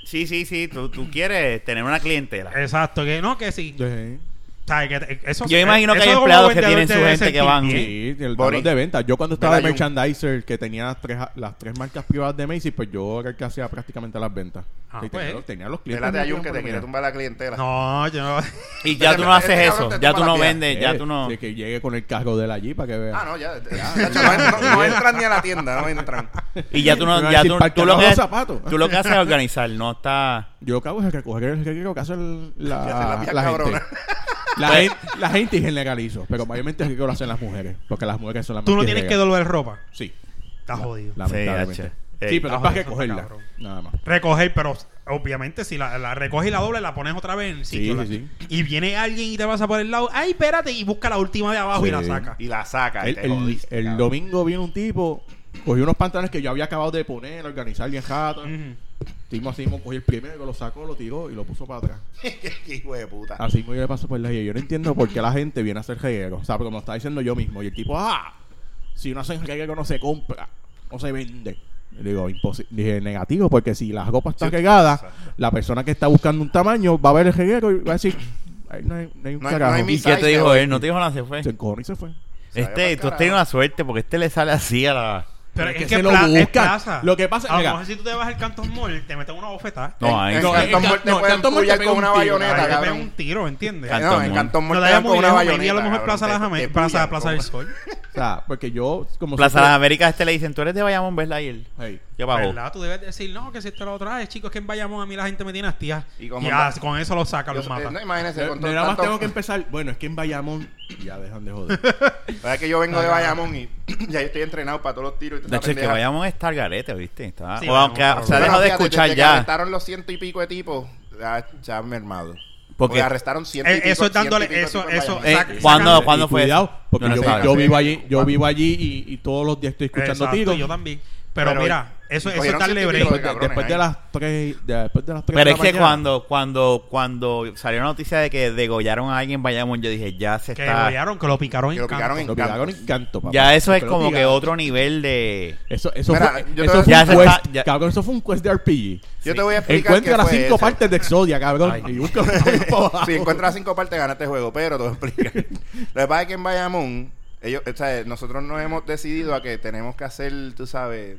Sí, sí, sí, tú, tú quieres tener una clientela. Exacto, que no, que sí. Sí. ¿Sabes? Que te- eso, Yo imagino que eso hay como empleados que vendedor tienen su debe gente que sentir van, bien. Sí, el Boris. valor de venta. Yo cuando estaba de Vela, Jun. merchandiser que tenía las tres, las tres marcas privadas de Macy's, pues yo era el que hacía prácticamente las ventas. Ah, Sí, pues. tenía, los- tenía los clientes. Espérate a Jun metidos que te por quiere mí. tumbar la clientela. No, yo no. Y ya tú no Este haces cabrón eso, te ya toma tú la no tía. vendes, ya Eh, tú no... De que llegue con el cargo de la allí para que vea. Ah, no, ya. ya, ya, no, no entran ni a la tienda, no entran. Y ya tú Me no... van a Ya decir, tú, "Para el tú lo que carajo los haces- zapatos". tú lo que haces es organizar, no está... Yo lo que hago es recoger el reguero que hace Que el- hacen las la, viejas la gente. cabronas. La, gen- la gente y generalizo, pero mayormente el reguero lo hacen las mujeres, porque las mujeres son las Tú no más tienes que regueras. devolver ropa. Sí, Estás Ah, jodido. lamentablemente. hacha. Sí, Ey, pero ah, es para joder, eso está recogerla. cabrón. Nada más. Recoger, pero obviamente si la, la recoges y la doble, la pones otra vez en el Sí, sitio. la- sí, Y viene alguien y te pasa por el lado. Ay, espérate, y busca la última de abajo y Sí. la saca. Y la saca. El, te este el- jodiste, el cabrón. domingo vino un tipo, cogió unos pantalones que yo había acabado de poner, organizar bien jato. Ujú. Timo así mismo cogió el primero, lo sacó, lo tiró y lo puso para atrás. Qué hijo de puta. Ah, Así mismo yo le paso por la y yo no entiendo por qué la gente viene a hacer reguero. O sea, como está diciendo yo mismo. Y el tipo, ah, si no hacen reguero no se compra, no se vende. Y digo, imposible. Dije, negativo, porque si la ropa está regada, la persona que está buscando un tamaño va a ver el reguero y va a decir, "Ay, no hay, no hay un No hay- no carajo. hay ¿Y mis- qué te Ay, dijo me él? No te dijo nada, se fue. Se encojonó y se fue. Sabe Este, pa'l tú has carajo. tenido una suerte porque este le sale así a la... Pero Es es, que que, se lo pla- es buscan. plaza. Lo que pasa- a mira. lo mejor si tú te vas al Canton Mall, te meten una bofetada. No, ahí En No, no. en Cantón Ca- Mall te no, en pueden Cantón Mall te pullar pega con un una tiro, Ahí bayoneta, te pegan cabrón. un tiro, ¿entiendes? Can- No, Cantón en Mall. Cantón No Mall te te vayas pegan muy con una lejos, me iría a bayoneta. lo mejor Plaza de las cabrón, te- Américas, te Plaza, pullan, Plaza del Sol. O sea, porque yo, como. Plaza de las Américas este le dicen, tú eres de Bayamón, ¿verdad? Y él, Hey. ya bajó. ¿Verdad? Tú debes decir, no, que si te lo traes, chicos, que en Bayamón a mí la gente me tiene tías Y Y, como- ya, con eso lo saca, cabrón. los Yo- eh, mata. No, imagínese, Yo- con yo todo nada más tanto- tengo que empezar. Bueno, es que en Bayamón ya dejan de joder. ¿Verdad que yo vengo de Bayamón y ya yo estoy entrenado para todos los tiros y toda De esa hecho, es que pendeja? Bayamón está al garete, ¿viste? Está- Sí, o aunque Bayamón, o sea, cabrón. dejó de fíjate, escuchar desde que ya. arrestaron los ciento y pico de tipos, ya se han mermado. Porque- Porque arrestaron ciento y Eh, pico. eso es dándole- ciento y pico de eso- tipos en eso- Eh, Bayamón. saca- ¿Cuándo, sacando- ¿cuándo Y fue? cuidado, eso? porque No, no yo, estaba. yo vivo allí, yo vivo allí y, y todos los días estoy escuchando Exacto, tiros. yo también. Pero, Pero- mira, y eso, eso es cogieron darle ciento y break. pico Después de- cabrones después de ahí. las tres, de- después de las tres. Pero de es la que mañana, cuando, cuando, cuando salió la noticia de que degollaron a alguien en Bayamón, yo dije, ya se Que está. golearon, que lo picaron Que en lo picaron canto. en Lo picaron canto. en canto, papá. Ya eso es Pero como que diga- otro nivel de. Eso, eso Mira, fue, yo te eso voy a- fue Ya un se quest, está- ya- cabrón, eso fue un quest de RPG. Yo te voy a explicar Encuentra qué las fue cinco eso. partes de Exodia, cabrón. Ay. Y busca por Si encuentras las cinco partes, ganaste el juego, pero te voy a explicar. Lo que pasa es que en Bayamón, ellos, o sea, nosotros nos hemos decidido a que tenemos que hacer, tú sabes,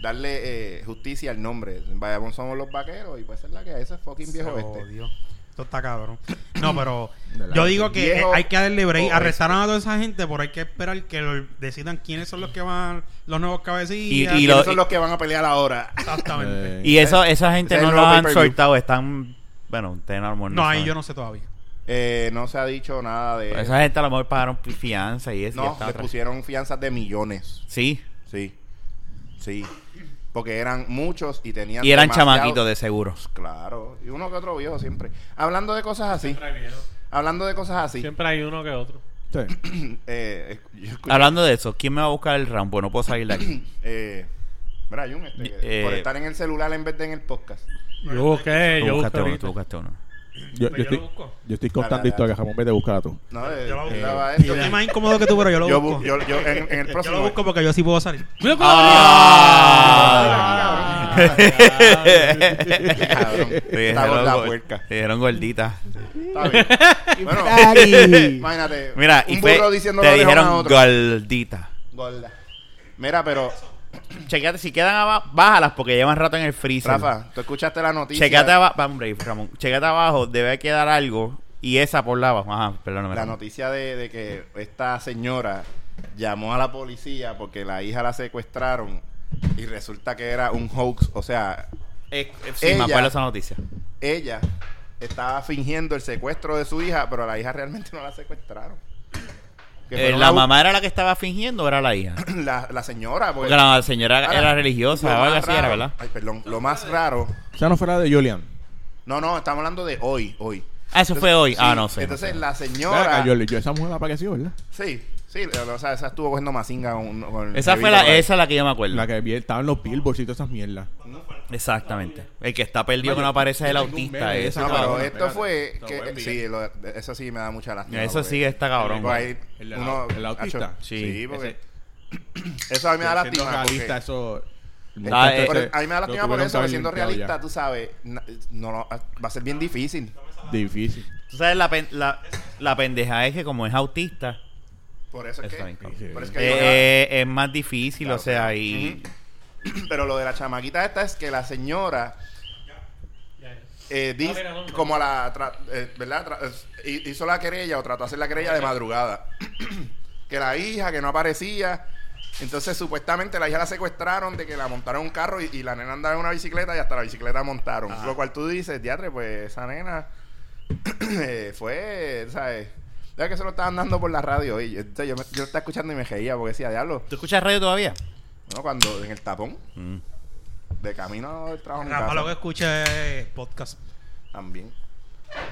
darle eh, justicia al nombre. En Bayamón somos los vaqueros y pues es la que hay, ese fucking viejo Se este. jodió. Esto está cabrón. No, pero De la- yo digo que Viejo eh, hay que darle break. oeste. Arrestaron a toda esa gente, pero hay que esperar que lo- decidan quiénes son los que van, los nuevos cabecillas. Y Y lo- son los que van a pelear ahora. Exactamente. Eh, Y eso, esa gente Ese no es lo el han pay-per-view. soltado, están. Bueno, ustedes no, a lo mejor No, ahí saben. yo no sé todavía. Eh, no se ha dicho nada de... Pues Esa gente a lo mejor pagaron pi- fianza y eso. y no, estaba le atrás. pusieron fianzas de millones. Sí. Sí. Sí. porque eran muchos y tenían. Y eran demasiado- chamaquitos de seguro. Claro, y uno que otro viejo siempre. Hablando de cosas así, hablando de cosas así, Siempre hay uno que otro. Sí. eh, yo escuché, Hablando de eso, ¿quién me va a buscar el rambo? No puedo salir de aquí. eh, mira, hay un este que- Eh, por estar en el celular en vez de en el podcast. Yo busqué, Tú yo busqué buscaste uno, tú ahorita. buscaste uno. Yo, yo Pues yo estoy, lo busco. yo estoy Dale, contando dale. historias, Ramón, vete a buscar tú. No, eh, yo lo busco. estaba Yo esto. estoy más incómodo que tú, pero yo lo Yo, busco. bu- yo, yo, en, en el yo próximo. lo busco porque yo sí puedo salir. Mira cómo ¡Ah! Cabrón, Te está con la gor- puerca. te dijeron gordita. Está bien. Bueno, imagínate. Mira, un y fue- burro diciéndole te orejón a dijeron otro. gordita. Gorda. Mira, pero, Chequeate, si quedan abajo, bájalas porque llevan rato en el freezer. Rafa, tú escuchaste la noticia. Chequeate abajo, va, hombre, Ramón. Chequeate abajo, debe quedar algo. Y esa por la abajo. Ajá, perdóname. La Ramón. noticia de, de que esta señora llamó a la policía porque la hija la secuestraron y resulta que era un hoax. O sea, Eh, eh, sí, Ella- me acuerdo esa noticia. ella estaba fingiendo el secuestro de su hija, pero a la hija realmente no la secuestraron. Que Eh, fueron a ¿La bu- mamá era la que estaba fingiendo o era la hija? La, la señora. Porque la señora Ahora, era religiosa Pues, lo o algo más así, era, raro- ¿verdad? Ay, perdón. Lo más raro. O sea, no fuera de Julian. No, no, estamos hablando de hoy, hoy. Ah, eso fue hoy. Sí, Ah, no sé. no Entonces sé. la Ven acá, señora. Yoli, yo, esa mujer la apareció, ¿verdad? Sí, sí. O sea, esa estuvo cogiendo mazinga con, con Esa fue la, esa es la que yo me acuerdo. La que vi- estaba en los billboards y todas esas mierdas. Exactamente. El que está perdido que no aparece es el yo tengo un autista. meme de ese esa No, cabrón. pero Espérate, esto fue te lo voy a que enviar. sí, lo- eso sí me da mucha lástima. Eso porque- sí está cabrón. Pues ahí El- uno- el autista. Hacho, Sí, Sí, porque eso a mí me da Siendo lástima. porque- realista, eso... Ah, eh, por- Entonces, a mí me da lo lástima tuvieron por que eso, haber que siendo limpiado realista, tú sabes, na- no, lo- va a ser bien difícil. ya. Difícil. Tú sabes, la, pen- la, la pendeja es que como es autista, Por eso es Está que, bien, cabrón. por eso es que yo- eh, es más difícil, Claro, o sea, y... Pero lo de la chamaquita esta es que la señora eh, dice- Ah, mira, no, no. como la tra- eh, ¿verdad? Tra- eh, hizo la querella o trató de hacer la querella de madrugada. que la hija que no aparecía. Entonces, supuestamente la hija la secuestraron de que la montaron en un carro y, y la nena andaba en una bicicleta y hasta la bicicleta montaron. Lo cual tú dices, diatre, pues esa nena eh, fue, ¿sabes? Ya que se lo estaban dando por la radio. Y, entonces yo, me- yo estaba escuchando y me reía porque decía, diablo, ¿Tú escuchas radio todavía? bueno, cuando en el tapón, Mm. de camino del trabajo a mi Rafa casa, lo que escucha es podcast. también.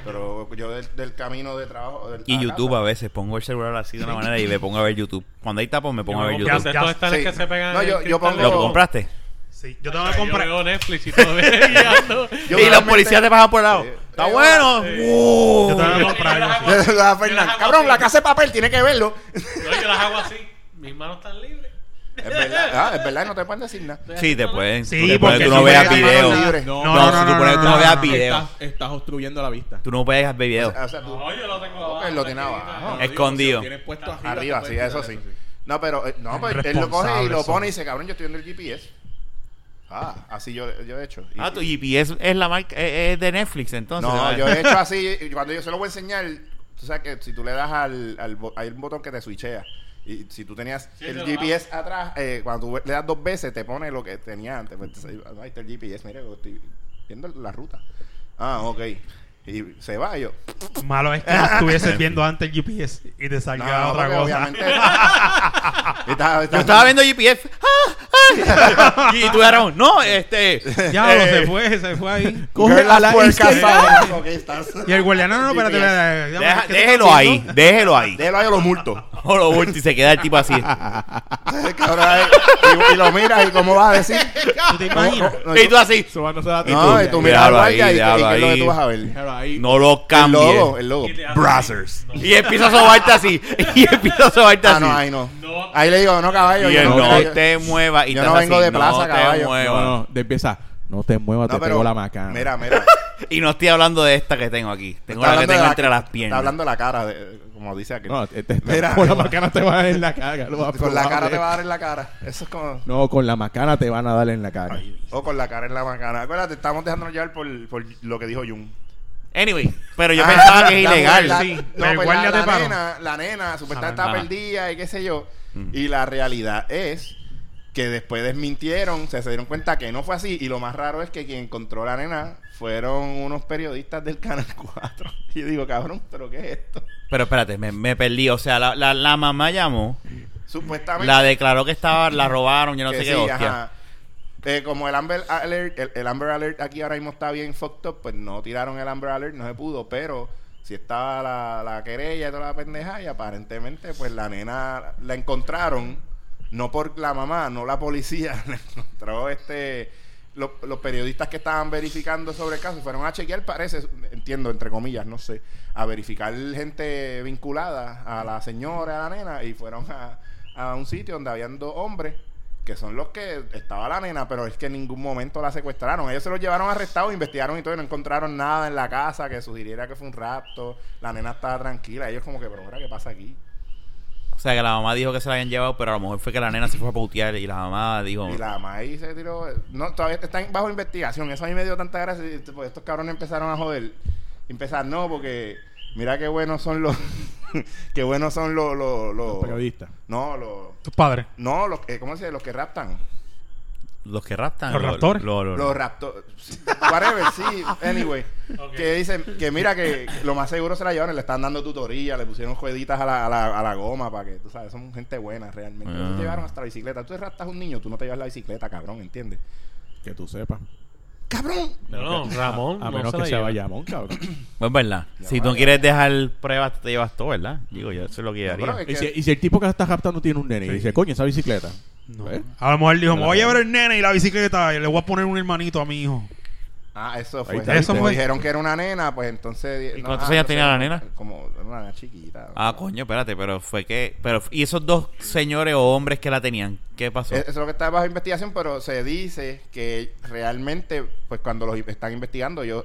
Pero yo del, del camino de trabajo. del- Y a YouTube a casa. veces pongo el celular así de una manera y me pongo a ver YouTube. Cuando hay tapón me pongo a ver Yo compré YouTube. estos estándares Sí. que se pegan No, en yo- el yo cristal. pongo- ¿Lo compraste? Sí, yo tengo que Yo comprar. veo Netflix y todo guiando. Yo y los realmente- policías te pasan por el lado. Sí. ¡Está Sí. bueno! Sí. ¡Wow! Yo tengo que comprarlo. sí. Yo le hago a Fernan, Cabrón, la casa de papel, tiene que verlo. No, yo las hago así. Mis manos están libres. es verdad, ah, es verdad, no te pueden decir nada. Sí, te pueden. Sí, tú te pones- porque tú no si veas fuera- video. no, no, No, no, no, no, no, no, veas video. Estás, estás obstruyendo la vista. Tú no veas video. O sea, tú- No, yo lo tengo Ok, abajo. lo tenía tranquilita. abajo. No, digo, Escondido. si lo tienes puesto arriba, arriba, te sí, puedes eso quitar sí. No, pero eh, no, pues él lo coge y lo pone y dice, cabrón, yo estoy viendo el GPS. Ah, así yo, yo he hecho. Y- Ah, tu GPS es la marca, es, es de Netflix entonces. No, ¿sabes? yo he hecho así. y Cuando yo se lo voy a enseñar, tú sabes que si tú le das al. al bo- hay un botón que te switchea. Y si tú tenías el yo lo GPS atrás, eh, cuando tú le das dos veces, te pone lo que tenía antes. Pues, entonces, ahí está el GPS, mira, yo estoy viendo la ruta. Ah, ok. Y se va y yo. Malo es que no estuvieses viendo antes el GPS y te No, salga no, otra porque cosa. obviamente. Estaba- Yo estaba viendo GPS. ¡Ah! ¡Ah! y tú eras un, no, este. Ya, lo eh, se fue, se fue ahí. Coge Girl, a la las puercas, izquierda. ¿sabes? Ok, estás- Y el guardián, no, no, no, espérate, GPS. espérate, espérate, deja- ¿qué te déjelo estás ahí, haciendo? déjelo ahí. Déjalo ahí, yo lo multo. O lo bulto y se queda el tipo así. Cabrón, ahí, y, y lo miras y cómo vas a decir. ¿Tú te imaginas? No, y tú así. Sobándose la Y tita. No, tú, y tú miras al déjalo ahí, guardia y, y, déjalo qué es lo que ahí. tú vas a ver. Pero ahí. No lo El cambies. logo, el logo. Y te hace- Brazzers. No. Y empieza a sobarte así. Y empieza a sobarte Ah, así. no, ahí no. No. Ahí le digo, no, caballo. Y yo él no, no mira, yo- te muevas. Y yo te no hace vengo así, de plaza, no Te caballo". muevas. No, no, te empieza. No te muevas, No, te pego la macana. Mira, mira. Y no estoy hablando de esta que tengo aquí. Tengo la Está que hablando de tengo la- entre las Está piernas. este hablando la cara, de- como dice aquel. No, te- te- Mira. con la macana te van a dar en la cara. lo más con la cara te va probable. este. a dar en la cara. Eso es como. No, con la macana te van a dar en la cara. O con la cara en la macana. Acuérdate, estamos dejándonos llevar por, por lo que dijo Jun. Anyway, pero yo Ah, pensaba que es la- ilegal. la- sí. no, El pues la, guardia te la paró. nena, la nena supuestamente Ajá. estaba perdida y qué sé yo. Mm. Y la realidad es que después desmintieron, se, se dieron cuenta que no fue así. Y lo más raro es que quien encontró a la nena fueron unos periodistas del Canal 4. Y yo digo, cabrón, ¿pero qué es esto? Pero espérate, me, me perdí. O sea, la, la, la mamá llamó, Supuestamente. la declaró que estaba, la robaron, yo no que sé qué sí, hostia. ajá. Eh, como el Amber Alert, el, el Amber Alert aquí ahora mismo está bien fucked up, pues no tiraron el Amber Alert, no se pudo, pero si estaba la, la querella y toda la pendeja, y aparentemente, pues la nena la encontraron, no por la mamá, no la policía, la encontró este. Los, los periodistas que estaban verificando sobre el caso fueron a chequear, parece, entiendo, entre comillas, no sé, a verificar gente vinculada a la señora, a la nena, y fueron a, a un sitio donde habían dos hombres que son los que estaba la nena, pero es que en ningún momento la secuestraron. Ellos se los llevaron arrestados, investigaron y todo, y no encontraron nada en la casa que sugiriera que fue un rapto. La nena estaba tranquila. Ellos como que, pero mira, ¿qué pasa aquí? O sea, que la mamá dijo que se la habían llevado, pero a lo mejor fue que la nena se fue a putear y la mamá dijo... Y la mamá ahí se tiró... No, todavía están bajo investigación. Eso a mí me dio tanta gracia, porque estos cabrones empezaron a joder. Empezaron, no, porque mira qué buenos son los... qué buenos son los... los, los- Periodista. No, los... Tus padres. No, los, que- ¿cómo se dice? Los que raptan. Los que raptan. Los raptores. Los, los- Los raptores. Whatever, sí. Anyway. Que dicen que mira que lo más seguro se la llevaron. Le están dando tutoría, le pusieron jueguitas a la, a la, a la goma para que, tú sabes, son gente buena realmente. Ah. Ellos llevaron hasta la bicicleta. Tú raptas a un niño, tú no te llevas la bicicleta, cabrón, ¿entiendes? Que tú sepas. ¡Cabrón! No, no, Ramón. A no menos se que la sea lleva. Bayamón, cabrón. Pues verdad. Si tú quieres dejar pruebas, tú te llevas todo, ¿verdad? Digo, yo eso es lo que yo haría. Pero es y, que- si, y si el tipo que la está raptando tiene un nene y dice, coño, esa bicicleta. ¿Ves? ¿Eh? A lo mejor dijo, me voy a llevar el nene y la bicicleta y le voy a poner un hermanito a mi hijo. Ah, eso fue. está, Eso Eso fue. dijeron que era una nena, pues entonces. ¿Y cuántos años tenía la nena? Como una nena chiquita. Ah, coño, espérate, pero fue que... pero ¿Y esos dos señores o hombres que la tenían? ¿Qué pasó? E-, Eso es lo que está bajo investigación, pero se dice que realmente, pues cuando los están investigando, yo.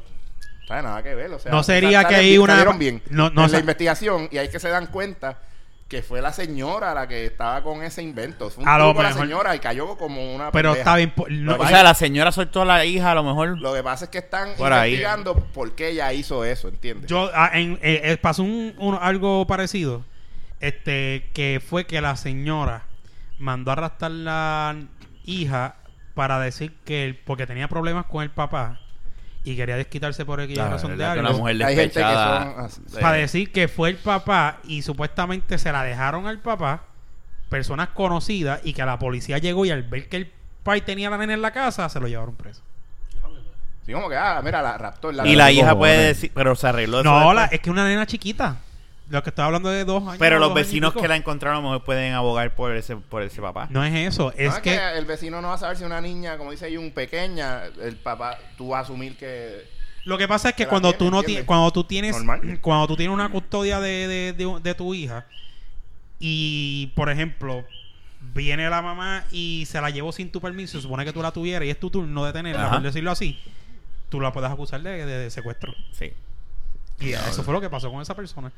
No sabe nada que ver. O sea, No sería sal- que salen hay bien- una- salieron bien No, no en la sa- investigación y ahí que se dan cuenta que fue la señora la que estaba con ese invento. Fue un A lo truco la mejor. señora y cayó como una. Pero pendeja. está bien. po- no- o sea, la señora soltó a la hija, a lo mejor... Lo que pasa es que están Por ahí. investigando por qué ella hizo eso, ¿entiendes? Yo ah, en- eh, eh, pasó un, un- algo parecido, este que fue que la señora mandó a arrastrar la hija para decir que él- porque tenía problemas con el papá y quería desquitarse por aquella Ah, razón de verdad que algo. una mujer eh, Hay gente que despechada. son así. Sí. Para decir que fue el papá y supuestamente se la dejaron al papá, personas conocidas, y que la policía llegó y al ver que el pai tenía la nena en la casa, se lo llevaron preso. Sí, como que, ah, mira, la raptó. y la hija cojones. puede decir, pero se arregló. eso No, después. la- es que una nena chiquita. Lo que estoy hablando de dos años. pero los dos años y vecinos pico. que la encontraron a lo mejor pueden abogar por ese, por ese papá. No es eso, es No, es que, Ah, que, el vecino no va a saber si una niña, como dice un pequeña, el papá, tú vas a asumir que... lo que pasa es que que, la cuando tú tiene, no ¿entiendes? tienes, cuando tú tienes, Normal. cuando tú tienes una custodia de, de- de- de tu hija y, por ejemplo, viene la mamá y se la llevó sin tu permiso, se supone que tú la tuvieras y es tu turno de tenerla, Ajá. por decirlo así, tú la puedes acusar de, de- de secuestro. Sí. Y eso fue lo que pasó con esa persona.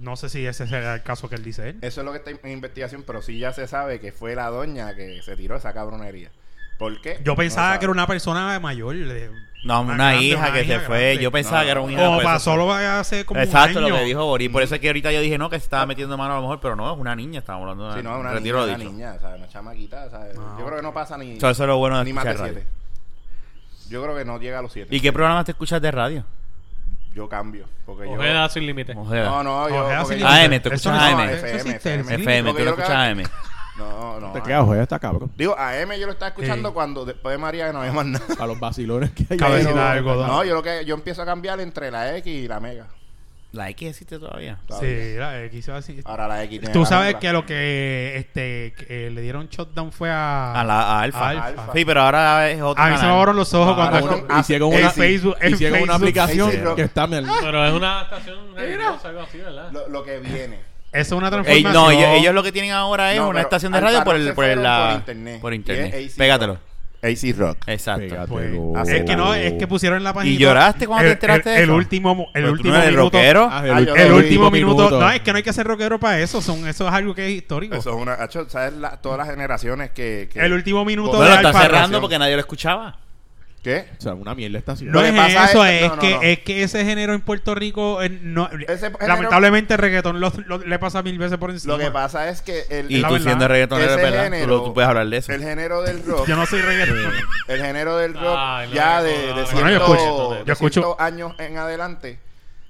No sé si ese será el caso que él dice él. Eso es lo que está en investigación, pero sí ya se sabe que fue la doña que se tiró esa cabronería. ¿Por qué? Yo pensaba que era una... una persona mayor. de- No, una, Ah, grande, hija una que hija se fue. grande. Yo pensaba No, que era un hija. Como pues, pasó eso- lo hace como Exacto, un año. lo que dijo Boris. Por eso es que ahorita yo dije, no, que se estaba metiendo mano a lo mejor, pero no, es una niña. Estamos hablando de una, Sí, no, una retiro niña, lo una dicho. niña, o sea, una chamaquita, o sea, Ah, yo creo que no pasa ni, Eso, eso es lo bueno de ni más de escuchar siete. radio. Yo creo que no llega a los siete. ¿Y qué programas te escuchas de radio? Yo cambio, porque yo... Ojeda sin límite. Ojeda. Eh, No, no, yo... Ojeda porque sin yo- límite. AM, te Eso escuchas no AM. existe, eso FM, existe, FM. sí. FM, tú Porque no yo escuchas creo que- AM. No, no. Te a- quedas, joder, está cabrón. Digo, a M yo lo estaba escuchando Sí. cuando después de María que no había más nada. A los vacilones que hay. Cabeza ahí. de algodón. No, yo lo que yo empiezo a cambiar entre la X y la Mega. La X existe todavía. todavía. Sí, la X iba a decir- Ahora la X. tiene Tú la sabes nula. que lo que este que le dieron shutdown fue a Ah, A la a Alfa. a Alfa. Sí, pero ahora es otro. A mí se me canal. abrieron los ojos Ahora cuando son- Cabrón, Hicieron Ah, una, en Facebook- en hicieron una Facebook. aplicación Sí, sí. que está mierda. Pero es una estación religiosa, algo así, ¿verdad? Lo, lo que viene. eso es una Ey, transformación. no, ellos, ellos lo que tienen ahora es No, una pero estación de Alfa radio por no el, se por el- fueron la- por internet. por Y internet. es AC. Pégatelo. AC Rock. Exacto. Pégatelo. Pues, Hace es que no, es que pusieron en la página. ¿Y lloraste cuando te el, enteraste el, de el eso? último mo- el Pero tú último no eres minuto. rockero. Ah, Ah, el, yo ul- lo El vi. último minuto. No, es que no hay que ser rockero para eso, son eso es algo que es histórico. Eso es una. Hacho, ¿Sabes la- todas las generaciones que. que- el último minuto Bueno, de está Alfa. cerrando porque nadie lo escuchaba. ¿Qué? O sea, una mierda esta No Lo que es pasa eso, es- es, no, no, que no. es que ese género en Puerto Rico eh, no- género- lamentablemente el reggaetón lo- lo- le pasa mil veces por encima. Lo que pasa es que. El, Y la tú verdad. siendo reggaetonero, Ese ¿verdad? Tú, lo- género- tú puedes hablar de eso. el género del rock. Yo no soy reggaetón. El género del rock. Ay, no, ya no, de, no, de no, ciento- no, yo escucho, yo de escucho. ciento años en adelante.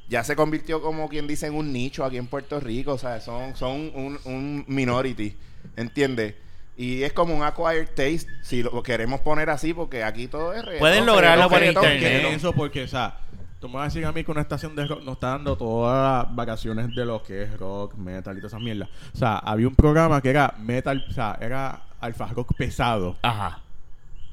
Ya se convirtió como quien dice en un nicho aquí en Puerto Rico. O sea, son, son un, un minority. ¿Entiendes? Y es como un acquired taste, si lo queremos poner así, porque aquí todo es reggaetón, Pueden lograrlo reggaetón, por reggaetón, internet. reggaetón. eso porque, o sea, tú me vas a decir a mí que una estación de rock nos está dando todas las vacaciones de lo que es rock, metal y todas esas mierdas. O sea, había un programa que era metal, o sea, era alfa rock pesado, Ajá.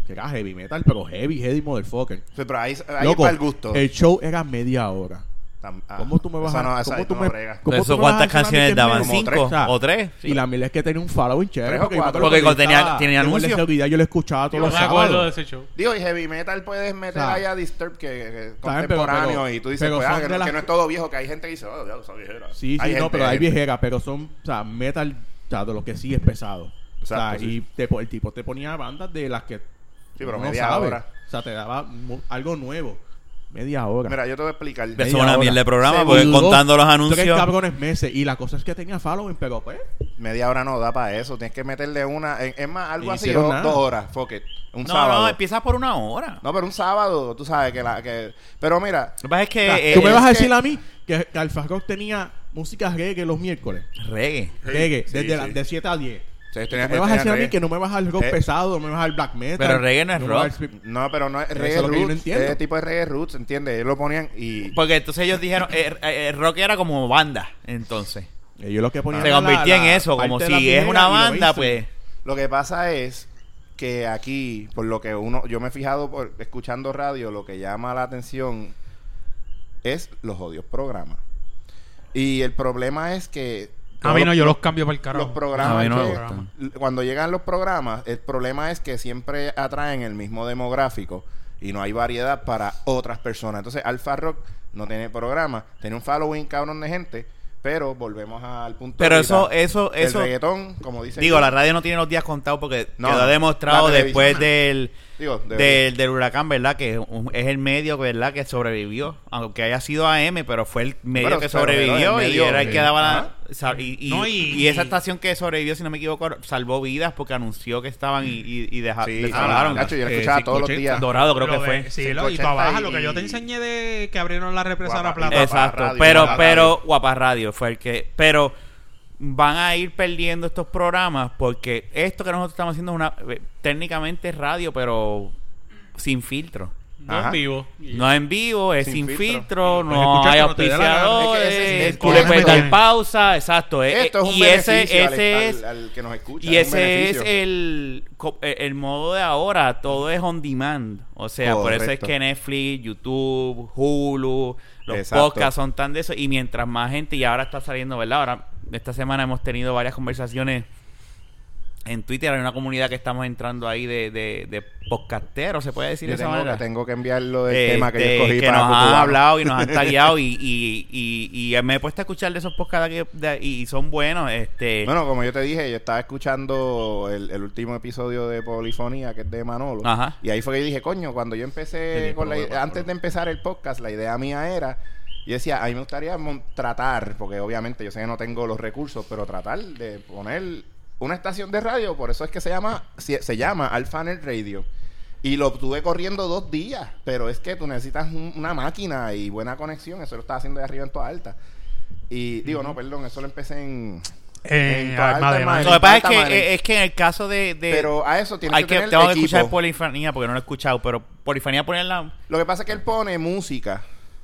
que era heavy metal, pero heavy, heavy motherfucker. Sí, pero ahí, ahí Loco, es para el gusto. El show era media hora. Tam- ah, ¿Cómo tú me vas esa a no, esa cómo ahí tú no me- brega. cómo Eso, tú me vas a ¿cuántas decir a mí canciones que me- daban? como ¿Cinco? tres? sea, ¿O tres? Sí. Y la mierda es que tenía un following chévere. Tres o Porque, yo me cuatro. acuerdo Porque que tenía- estaba- tenía yo me anuncios. acuerdo de ese video, yo lo escuchaba Yo todos no los me acuerdo de sábados. ese show. Digo, y heavy metal puedes meter Claro. ahí a Disturbed que, que es Saben, pero- contemporáneo pero- y tú dices, pero pues, ah, son que, de no, las- que no es todo viejo, que hay gente que dice, oh, diablo, son viejeras. Sí, sí, Hay no, gente, pero hay gente. viejeras, pero son, o sea, metal, o sea, de lo que sí es pesado. o sea, Exacto, y te po- el tipo te ponía bandas de las que Sí, pero uno media sabe. hora. O sea, te daba mu- algo nuevo. Media hora. Mira, yo te voy a explicar. Eso es Media una hora. mierda de programa, Se porque duró contando los anuncios- Tres cabrones meses. Y la cosa es que tenía following, pero pues. Media hora no da para eso. Tienes que meterle una. en- Es más, algo Ni así, hicieron dos, nada. dos horas. Fuck it. Un No, sábado. no, No, empieza por una hora. pero un sábado, tú sabes que la. Que... Pero mira, Lo que pasa es que. eh, Ah, Tú me eh, vas a que- decir a mí que, que Alfa Rock tenía música reggae los miércoles. Reggae. reggae, sí, desde sí. la- de 7 a 10. ustedes No tenían- me vas a decir a mí tenían que no me vas al rock Eh. pesado, no me vas al black metal. Pero reggae no es me vas rock. al strip- No, pero no es Pero reggae eso es lo que yo no roots, entiendo. ese tipo de reggae roots, ¿entiendes? Ellos lo ponían y... Porque entonces ellos dijeron. eh, eh, eh, rock era como banda, entonces. Ellos Eh, lo que ponían Se era la- convirtió en la eso, parte como de la si es primera una y lo banda, hizo. pues. Lo que pasa es que aquí, por lo que uno... Yo me he fijado por, escuchando radio, lo que llama la atención es los odios programas. Y el problema es que... A mí no, todos yo los cambio para el carajo. los programas A mí no me que- gustan. l- cuando llegan los programas el problema es que siempre atraen el mismo demográfico y no hay variedad para otras personas entonces Alfa Rock no tiene programa tiene un following cabrón de gente pero volvemos al punto Pero eso, ahorita. eso, el eso. reggaetón como dice Digo, yo, la radio no tiene los días contados porque No, quedó no. demostrado La después del, televisión. digo de- del, del huracán, ¿verdad? Que es un- es el medio, ¿verdad? Que sobrevivió. Aunque haya sido AM, pero fue el medio Bueno, que pero, pero el sobrevivió medio, y era el sí. que daba Ajá. la... sa- Y, y- No, y- y esa estación que sobrevivió, si no me equivoco, salvó vidas porque anunció que estaban y, y, y deja- sí, ah, desalaron. Nacho, yo la eh, escuchaba todos los 580. días Dorado creo que Lo fue. de- Sí, lo, y 580 para abajo, lo y- que yo te enseñé de que abrieron la represa de la Guapa- plata. Guapa Exacto, Radio, pero Guapa pero Radio. Guapa Radio fue el que pero van a ir perdiendo estos programas porque esto que nosotros estamos haciendo es una eh, técnicamente es radio, pero sin filtro. No Ajá. en vivo. Y- No es en vivo, es sin, Sin filtro, filtro. Pues no escuchas hay cuando te dé la gana. auspiciadores, Es que ese es el tú le puedes problema. dar pausa, exacto. eh, esto es eh, un y ese, beneficio al- ese al, es, al que nos escucha y es un ese es beneficio. el, co- eh, el modo de ahora, todo es on demand. O sea, por eso es Correcto. que Netflix, YouTube, Hulu, los Exacto. podcasts son tan de eso. Y mientras más gente, y ahora está saliendo, ¿verdad? Ahora, esta semana hemos tenido varias conversaciones en Twitter. Hay una comunidad que estamos entrando ahí de, de, de podcasteros, se puede decir de yo esa tengo, que- manera. tengo que enviarlo del Eh, tema que de- yo escogí que para nos han Cucubano. hablado y nos han tagueado y, y, y, y me he puesto a escuchar de esos podcasts que- de- y son buenos este Bueno, como yo te dije, yo estaba escuchando el, el último episodio de Polifonía, que es de Manolo. Ajá. Y ahí fue que yo dije, coño, cuando yo empecé, El con la ícono de i- Manolo. antes de empezar el podcast, la idea mía era, yo decía, a mí me gustaría mon- tratar, porque obviamente yo sé que no tengo los recursos, pero tratar de poner una estación de radio, por eso es que se llama, se, se llama Alpha Nerd Radio. Y lo obtuve corriendo dos días, pero es que tú necesitas un- una máquina y buena conexión, eso lo estaba haciendo de arriba en toda alta. Y digo, no, perdón, eso lo empecé en... Eh, En ah, toda madre, alta madre. Lo que pasa es Tanta que, madre. eh, es que en el caso de. de- Pero a eso tienes Eh, hay que, que, tener tengo que equipo. escuchar polifonía porque no lo he escuchado, pero polifonía ponerla. Lo que pasa es que él pone música.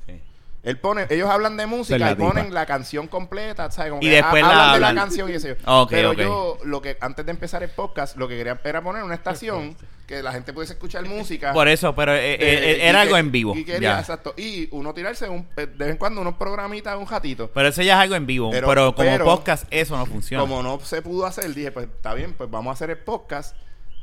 Sí. Él pone, ellos hablan de música Se la y tipa. ponen la canción completa, ¿sabes? Como Y que después ha- la hablan de la hablan. canción y eso. Ok, Pero ok. yo, lo que antes de empezar el podcast, lo que quería era poner una estación que la gente pudiese escuchar música. Por eso, pero eh, eh, Eh, y era algo que- en vivo. Y quería, ya. exacto. Y uno tirarse un, eh, de vez en cuando unos programitas un ratito. Pero eso ya es algo en vivo. Pero, Pero- como pero- podcast, eso no funciona. Como no se pudo hacer, dije, pues está bien, pues vamos a hacer el podcast.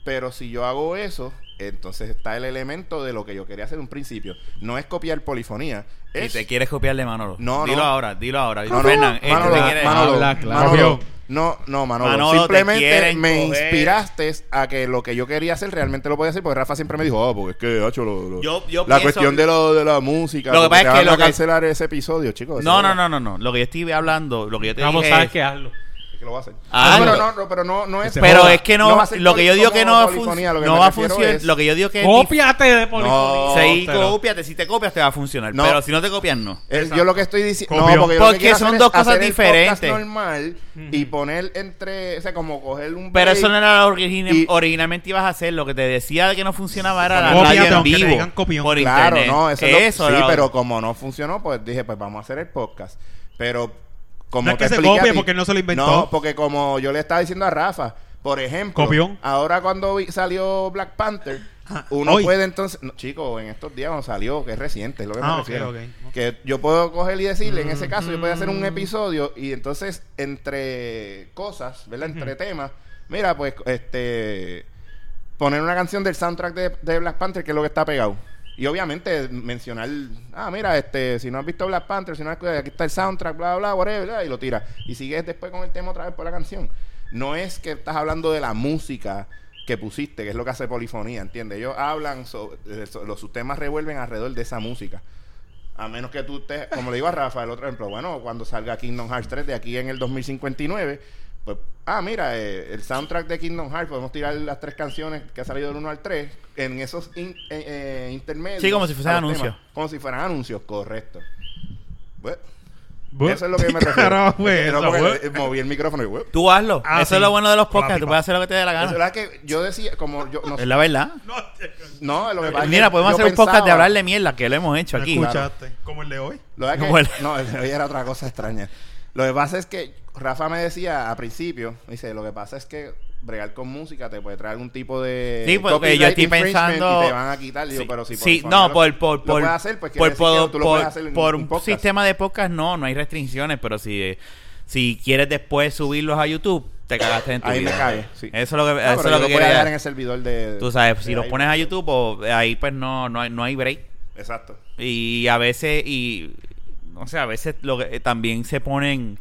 Pero si yo hago eso, entonces está el elemento de lo que yo quería hacer en un principio. No es copiar polifonía. y Es te quieres copiar de Manolo. No, no. Dilo ahora, dilo ahora. No, no, Fernan, eh, Manolo, te quieres- Manolo, Habla, claro. Manolo, no, no, Manolo. Manolo, te simplemente quieren me coger. inspiraste a que lo que yo quería hacer realmente lo podía hacer, porque Rafa siempre me dijo, oh, porque es que, hacho, lo- lo- Yo- yo la pienso- cuestión de, lo, de la música. Lo que porque pasa es te que van lo a que- cancelar ese episodio, chicos. No, no, no, no, no. Lo que yo estoy hablando, lo que yo te Vamos, dije. sabes es- que hazlo. que lo va a hacer. Ah, no, pero no. Este no, no, pero no, no es. Pero es que no, va a ser lo que yo digo que como no, fun- polifonía, lo que no me va a refiero funcionar. es- Lo que yo digo que es Cópiate de polifonía. No, Sí, pero- cópiate. Si te copias, te va a funcionar. No. Pero si no te copias, no. Eh, yo lo que estoy diciendo. No, Copio. porque, yo lo que Porque quiero son hacer dos es cosas hacer el podcast diferentes. normal y poner entre. O sea, como coger un. Pero break. eso no era lo que origina- Y- originalmente ibas a hacer. Lo que te decía que no funcionaba era la Cópiate, radio en aunque te vivo. digan copión. Por Claro, internet. no, eso, es eso lo, era Sí, lo- pero como no funcionó, pues dije, pues vamos a hacer el podcast. Pero como No es te que se expliqué a copie, ti- porque él no se lo inventó. No, porque como yo le estaba diciendo a Rafa, por ejemplo, Copión. ahora cuando vi- salió Black Panther, Ajá, uno hoy. puede entonces, no, chico, en estos días cuando salió, que es reciente, es lo que me Ah, ok, refiero. ok. Mm. Que yo puedo coger y decirle, en ese caso, yo puedo hacer un episodio y entonces entre cosas, ¿verdad? Entre temas, mira, pues este poner una canción del soundtrack de, de Black Panther, que es lo que está pegado. Y obviamente mencionar, ah, mira, este, si no has visto Black Panther, si no has aquí está el soundtrack, bla, bla, whatever, bla, y lo tiras. Y sigues después con el tema otra vez por la canción. No es que estás hablando de la música que pusiste, que es lo que hace polifonía, ¿entiendes? Ellos hablan, sobre, eh, so- los, sus temas revuelven alrededor de esa música. A menos que tú estés, como le digo a Rafa, el otro ejemplo, bueno, cuando salga Kingdom Hearts 3 de aquí en el 2059, pues, ah, mira, eh, el soundtrack de Kingdom Hearts, podemos tirar las tres canciones que ha salido del 1 al 3 en esos in- eh, eh, intermedios. Sí, como si fuesen a los anuncios. temas. Como si fueran anuncios, correcto. Pues, Bu- eso es lo que me refiero. Carajo, pues, No, eso, porque, pues. eh, moví el micrófono y, pues, Tú hazlo. Ah, eso sí. es lo bueno de los Con la podcasts. Tú pipa. puedes hacer lo que te dé la es gana. verdad que yo decía, como yo no Es la verdad. Pues No, lo que pasa es que Eh, Mira, podemos yo hacer un podcast de pensaba- hablar de mierda que lo hemos hecho No aquí. escuchaste. Como el de hoy. Lo que pasa es que- Bueno. no, el de hoy era otra cosa extraña. Lo que pasa es que Rafa me decía a principio, dice, lo que pasa es que bregar con música te puede traer algún tipo de Sí, porque copyright yo estoy infringement pensando- y te van a quitar, digo, Sí, pero si sí, favor, no, lo- por, por, lo por, puedes hacer, por, pues quiere decir que por- tú lo puedes por- hacer en por un un podcast. sistema de podcast no, no hay restricciones, pero si, eh, si quieres después subirlos a YouTube, te cagaste en tu Ahí me vida. cae, sí. Eso es lo que, No, eso pero es lo que yo lo puedo quería- dejar en el servidor de Tú sabes, si de los ahí. pones a YouTube, o- ahí pues no, no, hay, no hay break. Exacto. Y a veces, y no sé, a veces lo que, eh, también se ponen,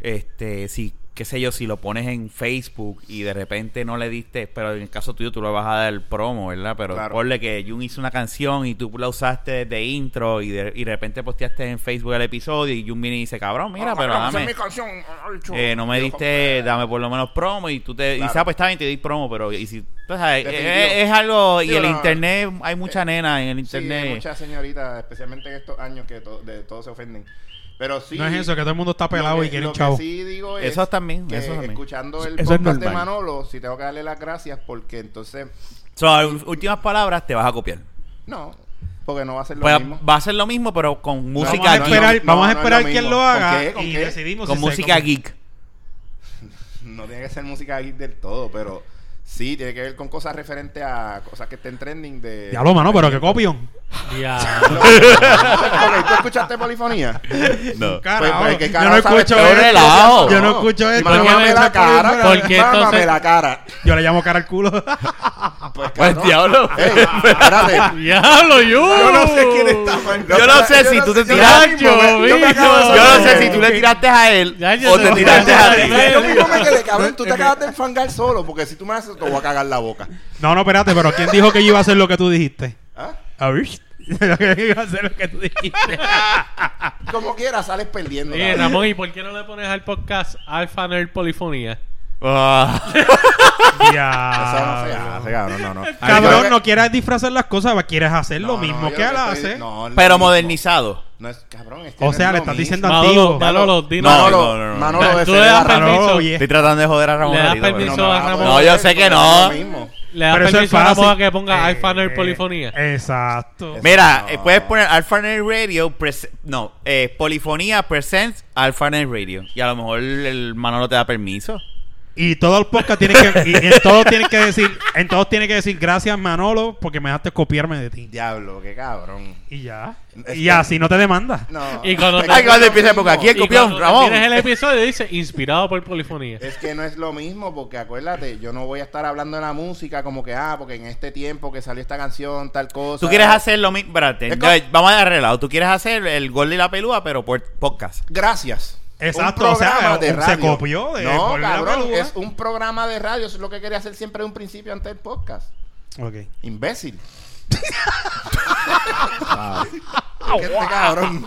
este, si, qué sé yo, si lo pones en Facebook y de repente no le diste, pero en el caso tuyo tú le vas a dar el promo, ¿verdad? Pero Claro. ponle que Jun hizo una canción y tú la usaste de intro y de, y de repente posteaste en Facebook el episodio y Jun viene y dice, cabrón, mira, Ah, pero vamos a hacer dame... mi canción, ay, chulo. eh, no me diste, dame por lo menos promo y tú te... Y Claro. dices, "Ah, pues está bien, te di promo, pero... Y si, tú sabes, Definitivo. es, es algo... Y Sí, el no, no. internet, hay mucha Eh, nena en el Sí, hay internet. muchas señoritas, especialmente en estos años que to- de todos se ofenden. Pero sí No es eso, que todo el mundo está pelado Lo y que- quieren lo que chavo. sí digo es Eso también, que eso también. Escuchando el Eso es podcast de normal. Manolo, si tengo que darle las gracias porque entonces So, a- últimas palabras, te vas a copiar. no, porque no va a ser lo Pues, mismo. va a ser lo mismo, pero con Vamos música a no, geek. esperar, no, vamos no a es esperar lo que él mismo. lo haga ¿Con qué? ¿Con y qué? decidimos con si se música copia. geek. No tiene que ser música geek del todo, pero sí tiene que ver con cosas referentes a cosas que estén trending de Diablo, mano, Pues, pero que copión. Ya. Ah, Ok, ¿Tú escuchaste polifonía? No. Carajo, Pues, pues, ¿qué yo no carajo sabes escucho tú? esto. Relajo. Yo no escucho esto. Mámame la cara, Porque mámame entonces- la cara. Yo le llamo cara al culo. Pues, Pues, cabrón. diablo. Ey, Eh, espérate. Diablo, yo. Yo no sé quién está. Yo no sé si tú te tiraste. yo me- yo me acabo de- Yo no sé si tú le tiraste a él Ya, yo o sé. te tiraste a ti. Yo mismo me quedé, cabrón, tú te acabas de enfangar solo, porque si tú me haces, te voy a cagar la boca. No, no, espérate, pero ¿quién dijo que yo iba a hacer lo que tú dijiste? ¿Ah? A ver. yo iba a hacer lo que tú dijiste. Como quieras, sales perdiendo. Oye, cabrón. Ramón, ¿y por qué no le pones al podcast Alpha Nerd Polifonía? Ah. Eso no se ya. hace, cabrón, no, no. Yo creo Cabrón, que- no quieras disfrazar las cosas, quieres hacer lo No, mismo no, yo que él creo hace. estoy- no, no Pero mismo. modernizado. No es, cabrón, es que o no sea, es le lo estás mismo. diciendo Manolo, antiguo. Manolo, dinos. No, Manolo, no, no, no. Manolo de Tú se le le das da Ramón. Manolo, permiso. oye. Estoy tratando de joder a Ramón. Le das ahorita, pero permiso no. a me da Ramón. la No, yo boca, sé que me da no. lo mismo. Le das Pero eso es permiso a Ramón a fácil. que ponga Eh, Alpha Nerd Polifonía. Exacto. Mira, No. eh, puedes poner Alpha Nerd Radio. pres- no, eh, Polifonía Presents Alpha Nerd Radio. Y a lo mejor el Manolo te da permiso. Y todo el podcast tiene que, y en todos tienen que decir, en todos tiene que decir gracias Manolo porque me dejaste copiarme de ti. Diablo, qué cabrón. Y ya. Es Y que- así no te demanda. No. Y cuando es te- que Ay, cuando no es empieza lo porque aquí mismo. el copión, Ramón. Tienes el episodio dice inspirado por Polifonía. Es que no es lo mismo, porque acuérdate, yo no voy a estar hablando de la música como que, ah, porque en este tiempo que salió esta canción, tal cosa. Tú quieres hacer lo mismo. Espérate, Es no, co- vamos a arreglar. Tú quieres hacer el gol de la pelúa, pero por podcast. Gracias. Exacto, Un o sea, programa se copió de No, Volver a cabrón, Pelúa. es un programa de radio, eso es lo que quería hacer siempre de un principio antes del podcast. Ok. Imbécil. ¿Qué este cabrón?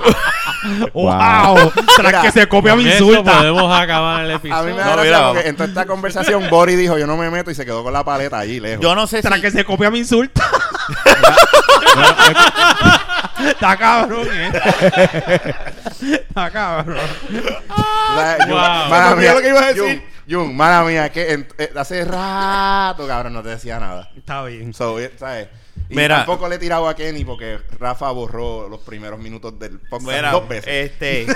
¡Wow! Tras que se copia mi Eso insulta. podemos acabar el A mí episodio. me da No, gracia mira, porque en toda esta conversación Bori dijo yo no me meto y se quedó con la paleta allí lejos. Yo no sé si... Tras que se copia mi insulta. Está cabrón, eh. Está cabrón. La- Jun, Wow. mala Yo mía, lo que iba a decir. Jun, Jun, mala mía, que en- eh, hace rato, cabrón, no te decía nada. Está bien. So, eh, ¿sabes? Y Mira. tampoco le he tirado a Kenny porque Rafa borró los primeros minutos del podcast Mira, dos veces. Este,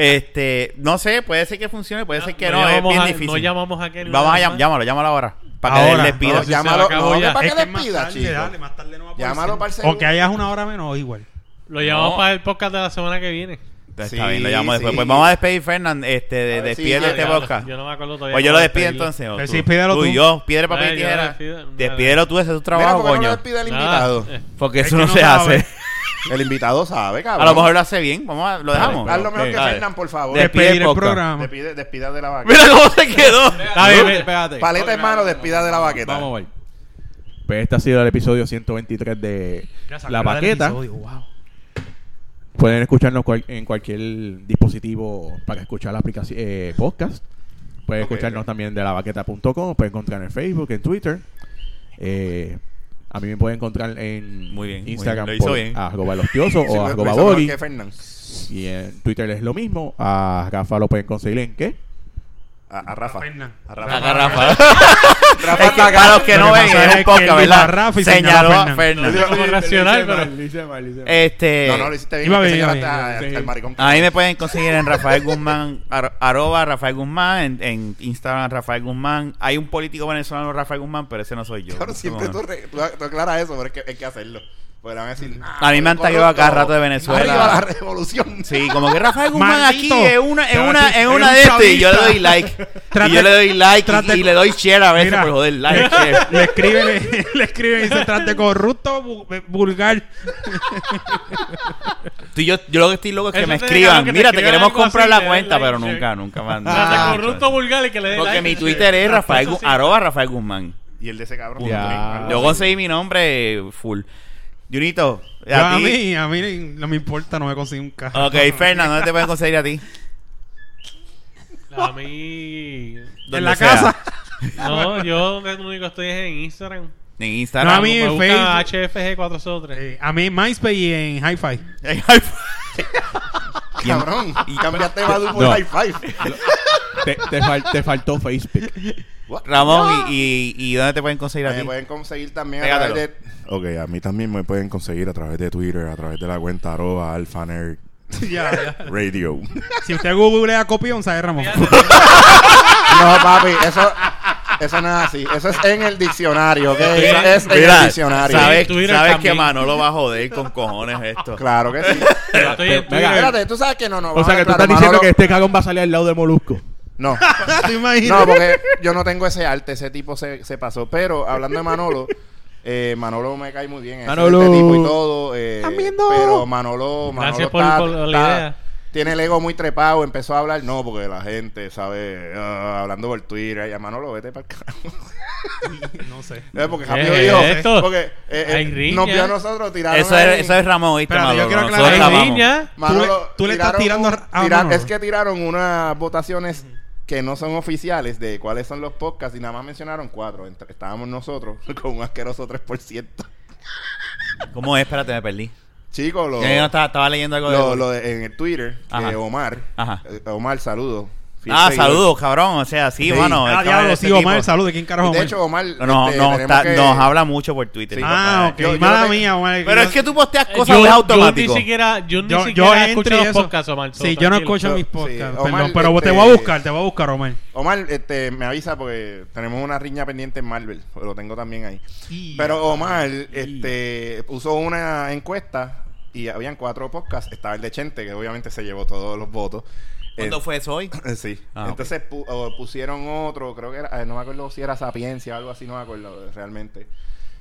este, no sé, puede ser que funcione, puede ser que no, es llamamos bien a- difícil. No llamamos a Kelly. Vamos una a vez llam- más. llámalo, llámalo ahora. Para que Ahora, él le pida. no, si se llámalo, acabó no, ya. para Es que que le pida, chico. dale, más tarde no va a aparecer. Llámalo para el O que segundo. hayas una hora menos, igual. Lo llamamos No. para el podcast de la semana que viene. Está Sí, bien, lo llamo después. sí. Pues vamos a despedir, Fernand. Este, de, A ver, sí, despide ya, este Ya, podcast. Yo no me acuerdo todavía. Pues yo cómo lo despido despedirlo. entonces. o Pues tú. sí, pídelo tú. y tú. yo, piedra, papel Ay, y yo tijera. despido- no, Despídelo tú, ese es tu Mira, trabajo, ¿por qué no coño. le pide al Nada, invitado? eh, Porque Es eso que no no se sabe. hace. El invitado sabe, A cabrón. lo mejor lo hace bien. Vamos a, lo dejamos. Haz lo mejor que Dale. Fernan, por favor. Despide Despedir el el podcast. programa. Despide, despida de la baqueta. Mira cómo se quedó. Está bien, pues. ve- espérate. Paleta en mano, despida de la baqueta. Vamos a ver. Pues este ha sido el episodio 123 de La Paqueta. Wow. Pueden escucharnos cual- en cualquier dispositivo para escuchar la aplicación eh, podcast. Pueden Ok, escucharnos también de lavaqueta.com. Pueden encontrar en Facebook, en Twitter. Eh, a mí me pueden encontrar en Muy bien, muy Instagram bien, lo hizo por bien. arroba los tiosos Sí, lo- o lo arroba hizo mejor Bori. que Fernan. Y en Twitter es lo mismo. A Rafa lo pueden conseguir en qué? A, a Rafa. A Rafa. Acá, Rafa. Rafa Es que está para los que Lo no que ven, pasa es es un que él podcast, dijo a ¿verdad? Rafa y Señaló señaló a a Fernan. Lo Fernan. digo como racional, pero- Eh, Este. No, no, lo hiciste bien. Iba que bien, señalaste iba bien, a- sí. hasta el maricón. A mí me pueden conseguir en Rafael Guzmán, ar- arroba Rafael Guzmán, en, en Instagram Rafael Guzmán. Hay un político venezolano, Rafael Guzmán, pero ese no soy yo. Cabrón, siempre tú, re- tú, tú aclaras eso, pero es que hay que hacerlo. Porque le van a decir. "Ah, A mí me han corrupto, tagueado a cada rato de Venezuela. Arriba la revolución. Sí, como que Rafael Guzmán Maldito. aquí es una, es Pero una, tú es eres una un de este y yo le chavista. doy like. Trate- y yo le doy like y- trate- y, le doy share a veces Mira. por joder like. share. Le escriben, le, escriben y se trata de corrupto, bu- eh, vulgar. Tú y yo, yo lo que estoy loco es que Eso me te dijeron escriban. que te Mira, te escriban queremos algo así, comprar le la das cuenta, like, pero share. nunca, nunca me han Trate Ah, corrupto vulgar y que le dé Porque like, mi sí. Twitter es Rafael, Gu- Eso sí. arroba Rafael Guzmán. Y el de ese cabrón. Ya. también. Yo conseguí mi nombre full. Junito, a a ti. mí, a mí no me importa, no me consigo un caja. Ok, Fernando, ¿dónde te pueden conseguir a ti? A mí. En Donde la sea. casa. No, yo lo único que estoy es en Instagram. En No, Instagram. a mí Me en busca Facebook. HFG403. Eh, A mí en MySpace y en Hi-Fi. En iPhone. Cabrón. Y cambiaste Badu por No. High Five. Eh, Te, te fal- te faltó Facebook. Ramón, y, y, y dónde te pueden conseguir a Me ti? pueden conseguir también Pégatelo. a través de. Ok, a mí también me pueden conseguir a través de Twitter, a través de la cuenta arroba alfanerd Ya, ya. radio. Si usted googlea copión, sabe Ramón. No, papi, eso. Eso no es así. Eso es en el diccionario, ¿ok? Eso Eh, pues, es en el diccionario. sabes, En Twitter sabes también. que Manolo va a joder con cojones esto. Claro que sí. Yo estoy en Venga. Twitter. Espérate, tú sabes que no, no. O sea que tú claro, estás diciendo Manolo- que este cagón va a salir al lado de Molusco. No. ¿Te imaginas? No, porque yo no tengo ese arte, ese tipo se, se pasó. Pero hablando de Manolo, eh, Manolo me cae muy bien. es Manolo. Este tipo y todo. eh, También no. Pero Manolo, Manolo Gracias por- está- por la está- idea. Tiene el ego muy trepado, empezó a hablar. No, porque la gente, sabe ah, hablando por Twitter. Ya, Manolo, vete para el carajo. No sé. Eh, Porque ¿Qué rápido es dijo. esto? Porque eh, eh, Hay riña. nos vio a nosotros tirar. Eso es, eso es Ramón, ¿viste, Espérate, yo Manolo? quiero Nosotros aclarar- la Ay, vamos. niña. Manolo, Tú le- tú le estás tiraron tirando a- a Manolo. Es que tiraron unas votaciones que no son oficiales de cuáles son los podcasts y nada más mencionaron cuatro. Entre- estábamos nosotros con un asqueroso 3%. ¿Cómo es? Espérate, me perdí. Chicos, lo, Yo no estaba, estaba leyendo algo lo- de... lo de- en el Twitter Ajá. de Omar. Ajá. eh, Omar, saludos. Fiel ah, seguidor. saludos, cabrón. O sea, sí, Sí. mano. Ah, cabrón, diablo, ese sí, Omar, tipo. saludos. ¿De quién carajo Y de Omar? hecho, Omar No, este, no, tenemos está- que- nos habla mucho por Twitter. Ah, ok. Yo- yo Mala le- mía, Omar. Pero es Yo- que tú posteas Yo- cosas de Yo automático. ni siquiera, yo ni yo, yo siquiera entro escucho y los eso. podcasts, Omar. so, Sí, yo no tranquilo. escucho Yo- mis sí, podcasts. Omar, perdón, pero este- te voy a buscar, te voy a buscar, Omar. Omar este, me avisa porque tenemos una riña pendiente en Marvel. Lo tengo también ahí. Pero Omar este, puso una encuesta y habían cuatro podcasts. Estaba el de Chente, que obviamente se llevó todos los votos. ¿Cuándo Eh, fue eso hoy? eh, Sí. Ah, ok. Entonces pu- o pusieron otro, creo que era, eh, no me acuerdo si era Sapiencia o algo así, no me acuerdo eh, realmente.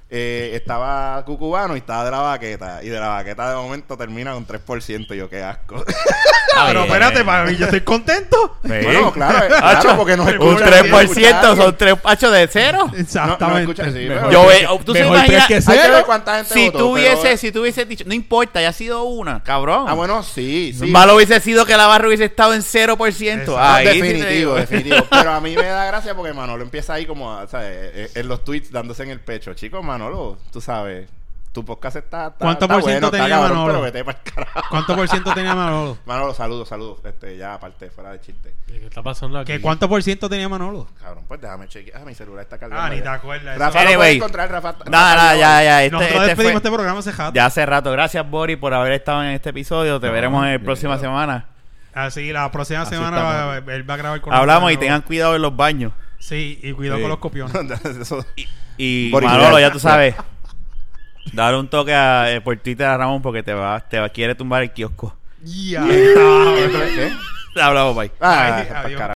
eh, estaba Cucubano y estaba de la baqueta. Y de la baqueta de momento termina con 3%. Y yo, qué asco. Pero espérate, para mí, yo estoy contento. Ah, Bueno, claro, eh, claro, porque nos Un escuchan. 3% son 3 pachos de cero. Exactamente. No, no escucha, sí, Mejor pero- Yo que- veo- tú se mejor imaginas- tres que Hay que ver cero. cuánta gente Si votó, pero- tú hubiese, si tú hubiese dicho, no importa, ya ha sido una, cabrón. Ah, bueno, sí, sí. Malo hubiese sido que la barra hubiese estado en 0%. Ah, Ahí sí te definitivo, digo. definitivo. Pero a mí me da gracia porque Manolo empieza ahí como, a, ¿sabes? Eh, En los tweets dándose en el pecho. Chicos, Manolo, tú sabes, tu podcast está. está ¿Cuánto está por ciento bueno, está tenía cabrón, Manolo? Pero vete pa'l carajo. ¿Cuánto por ciento tenía Manolo? Manolo, saludos, saludos. Este, ya aparte, fuera de chiste. ¿Qué está pasando aquí? ¿Qué, ¿Cuánto por ciento tenía Manolo? Cabrón, pues déjame chequear. Ah, mi celular está cargando. Ah, ni ya. te acuerdas. Rafa, Anyway. lo puedes encontrar, Rafa. Rafa Nada, nada, Calvo. ya, ya. Este, Nosotros este despedimos fue- este programa hace jato. Ya hace rato. Gracias, Bori, por haber estado en este episodio. Te veremos en la próxima semana. Así, la próxima Así semana estamos. va- él va a grabar con Hablamos y nosotros de tengan nuevo. cuidado en los baños. Sí, y cuidado Sí. con los copiones. Eso- Y Bori, Manolo, cuidado. ya tú sabes. Dale un toque a eh, por Twitter a Ramón porque te va, te va, quiere tumbar el kiosco. Ya. ¿Qué? Hablamos, bye. Ah, Ay, pa'l adiós. carajo.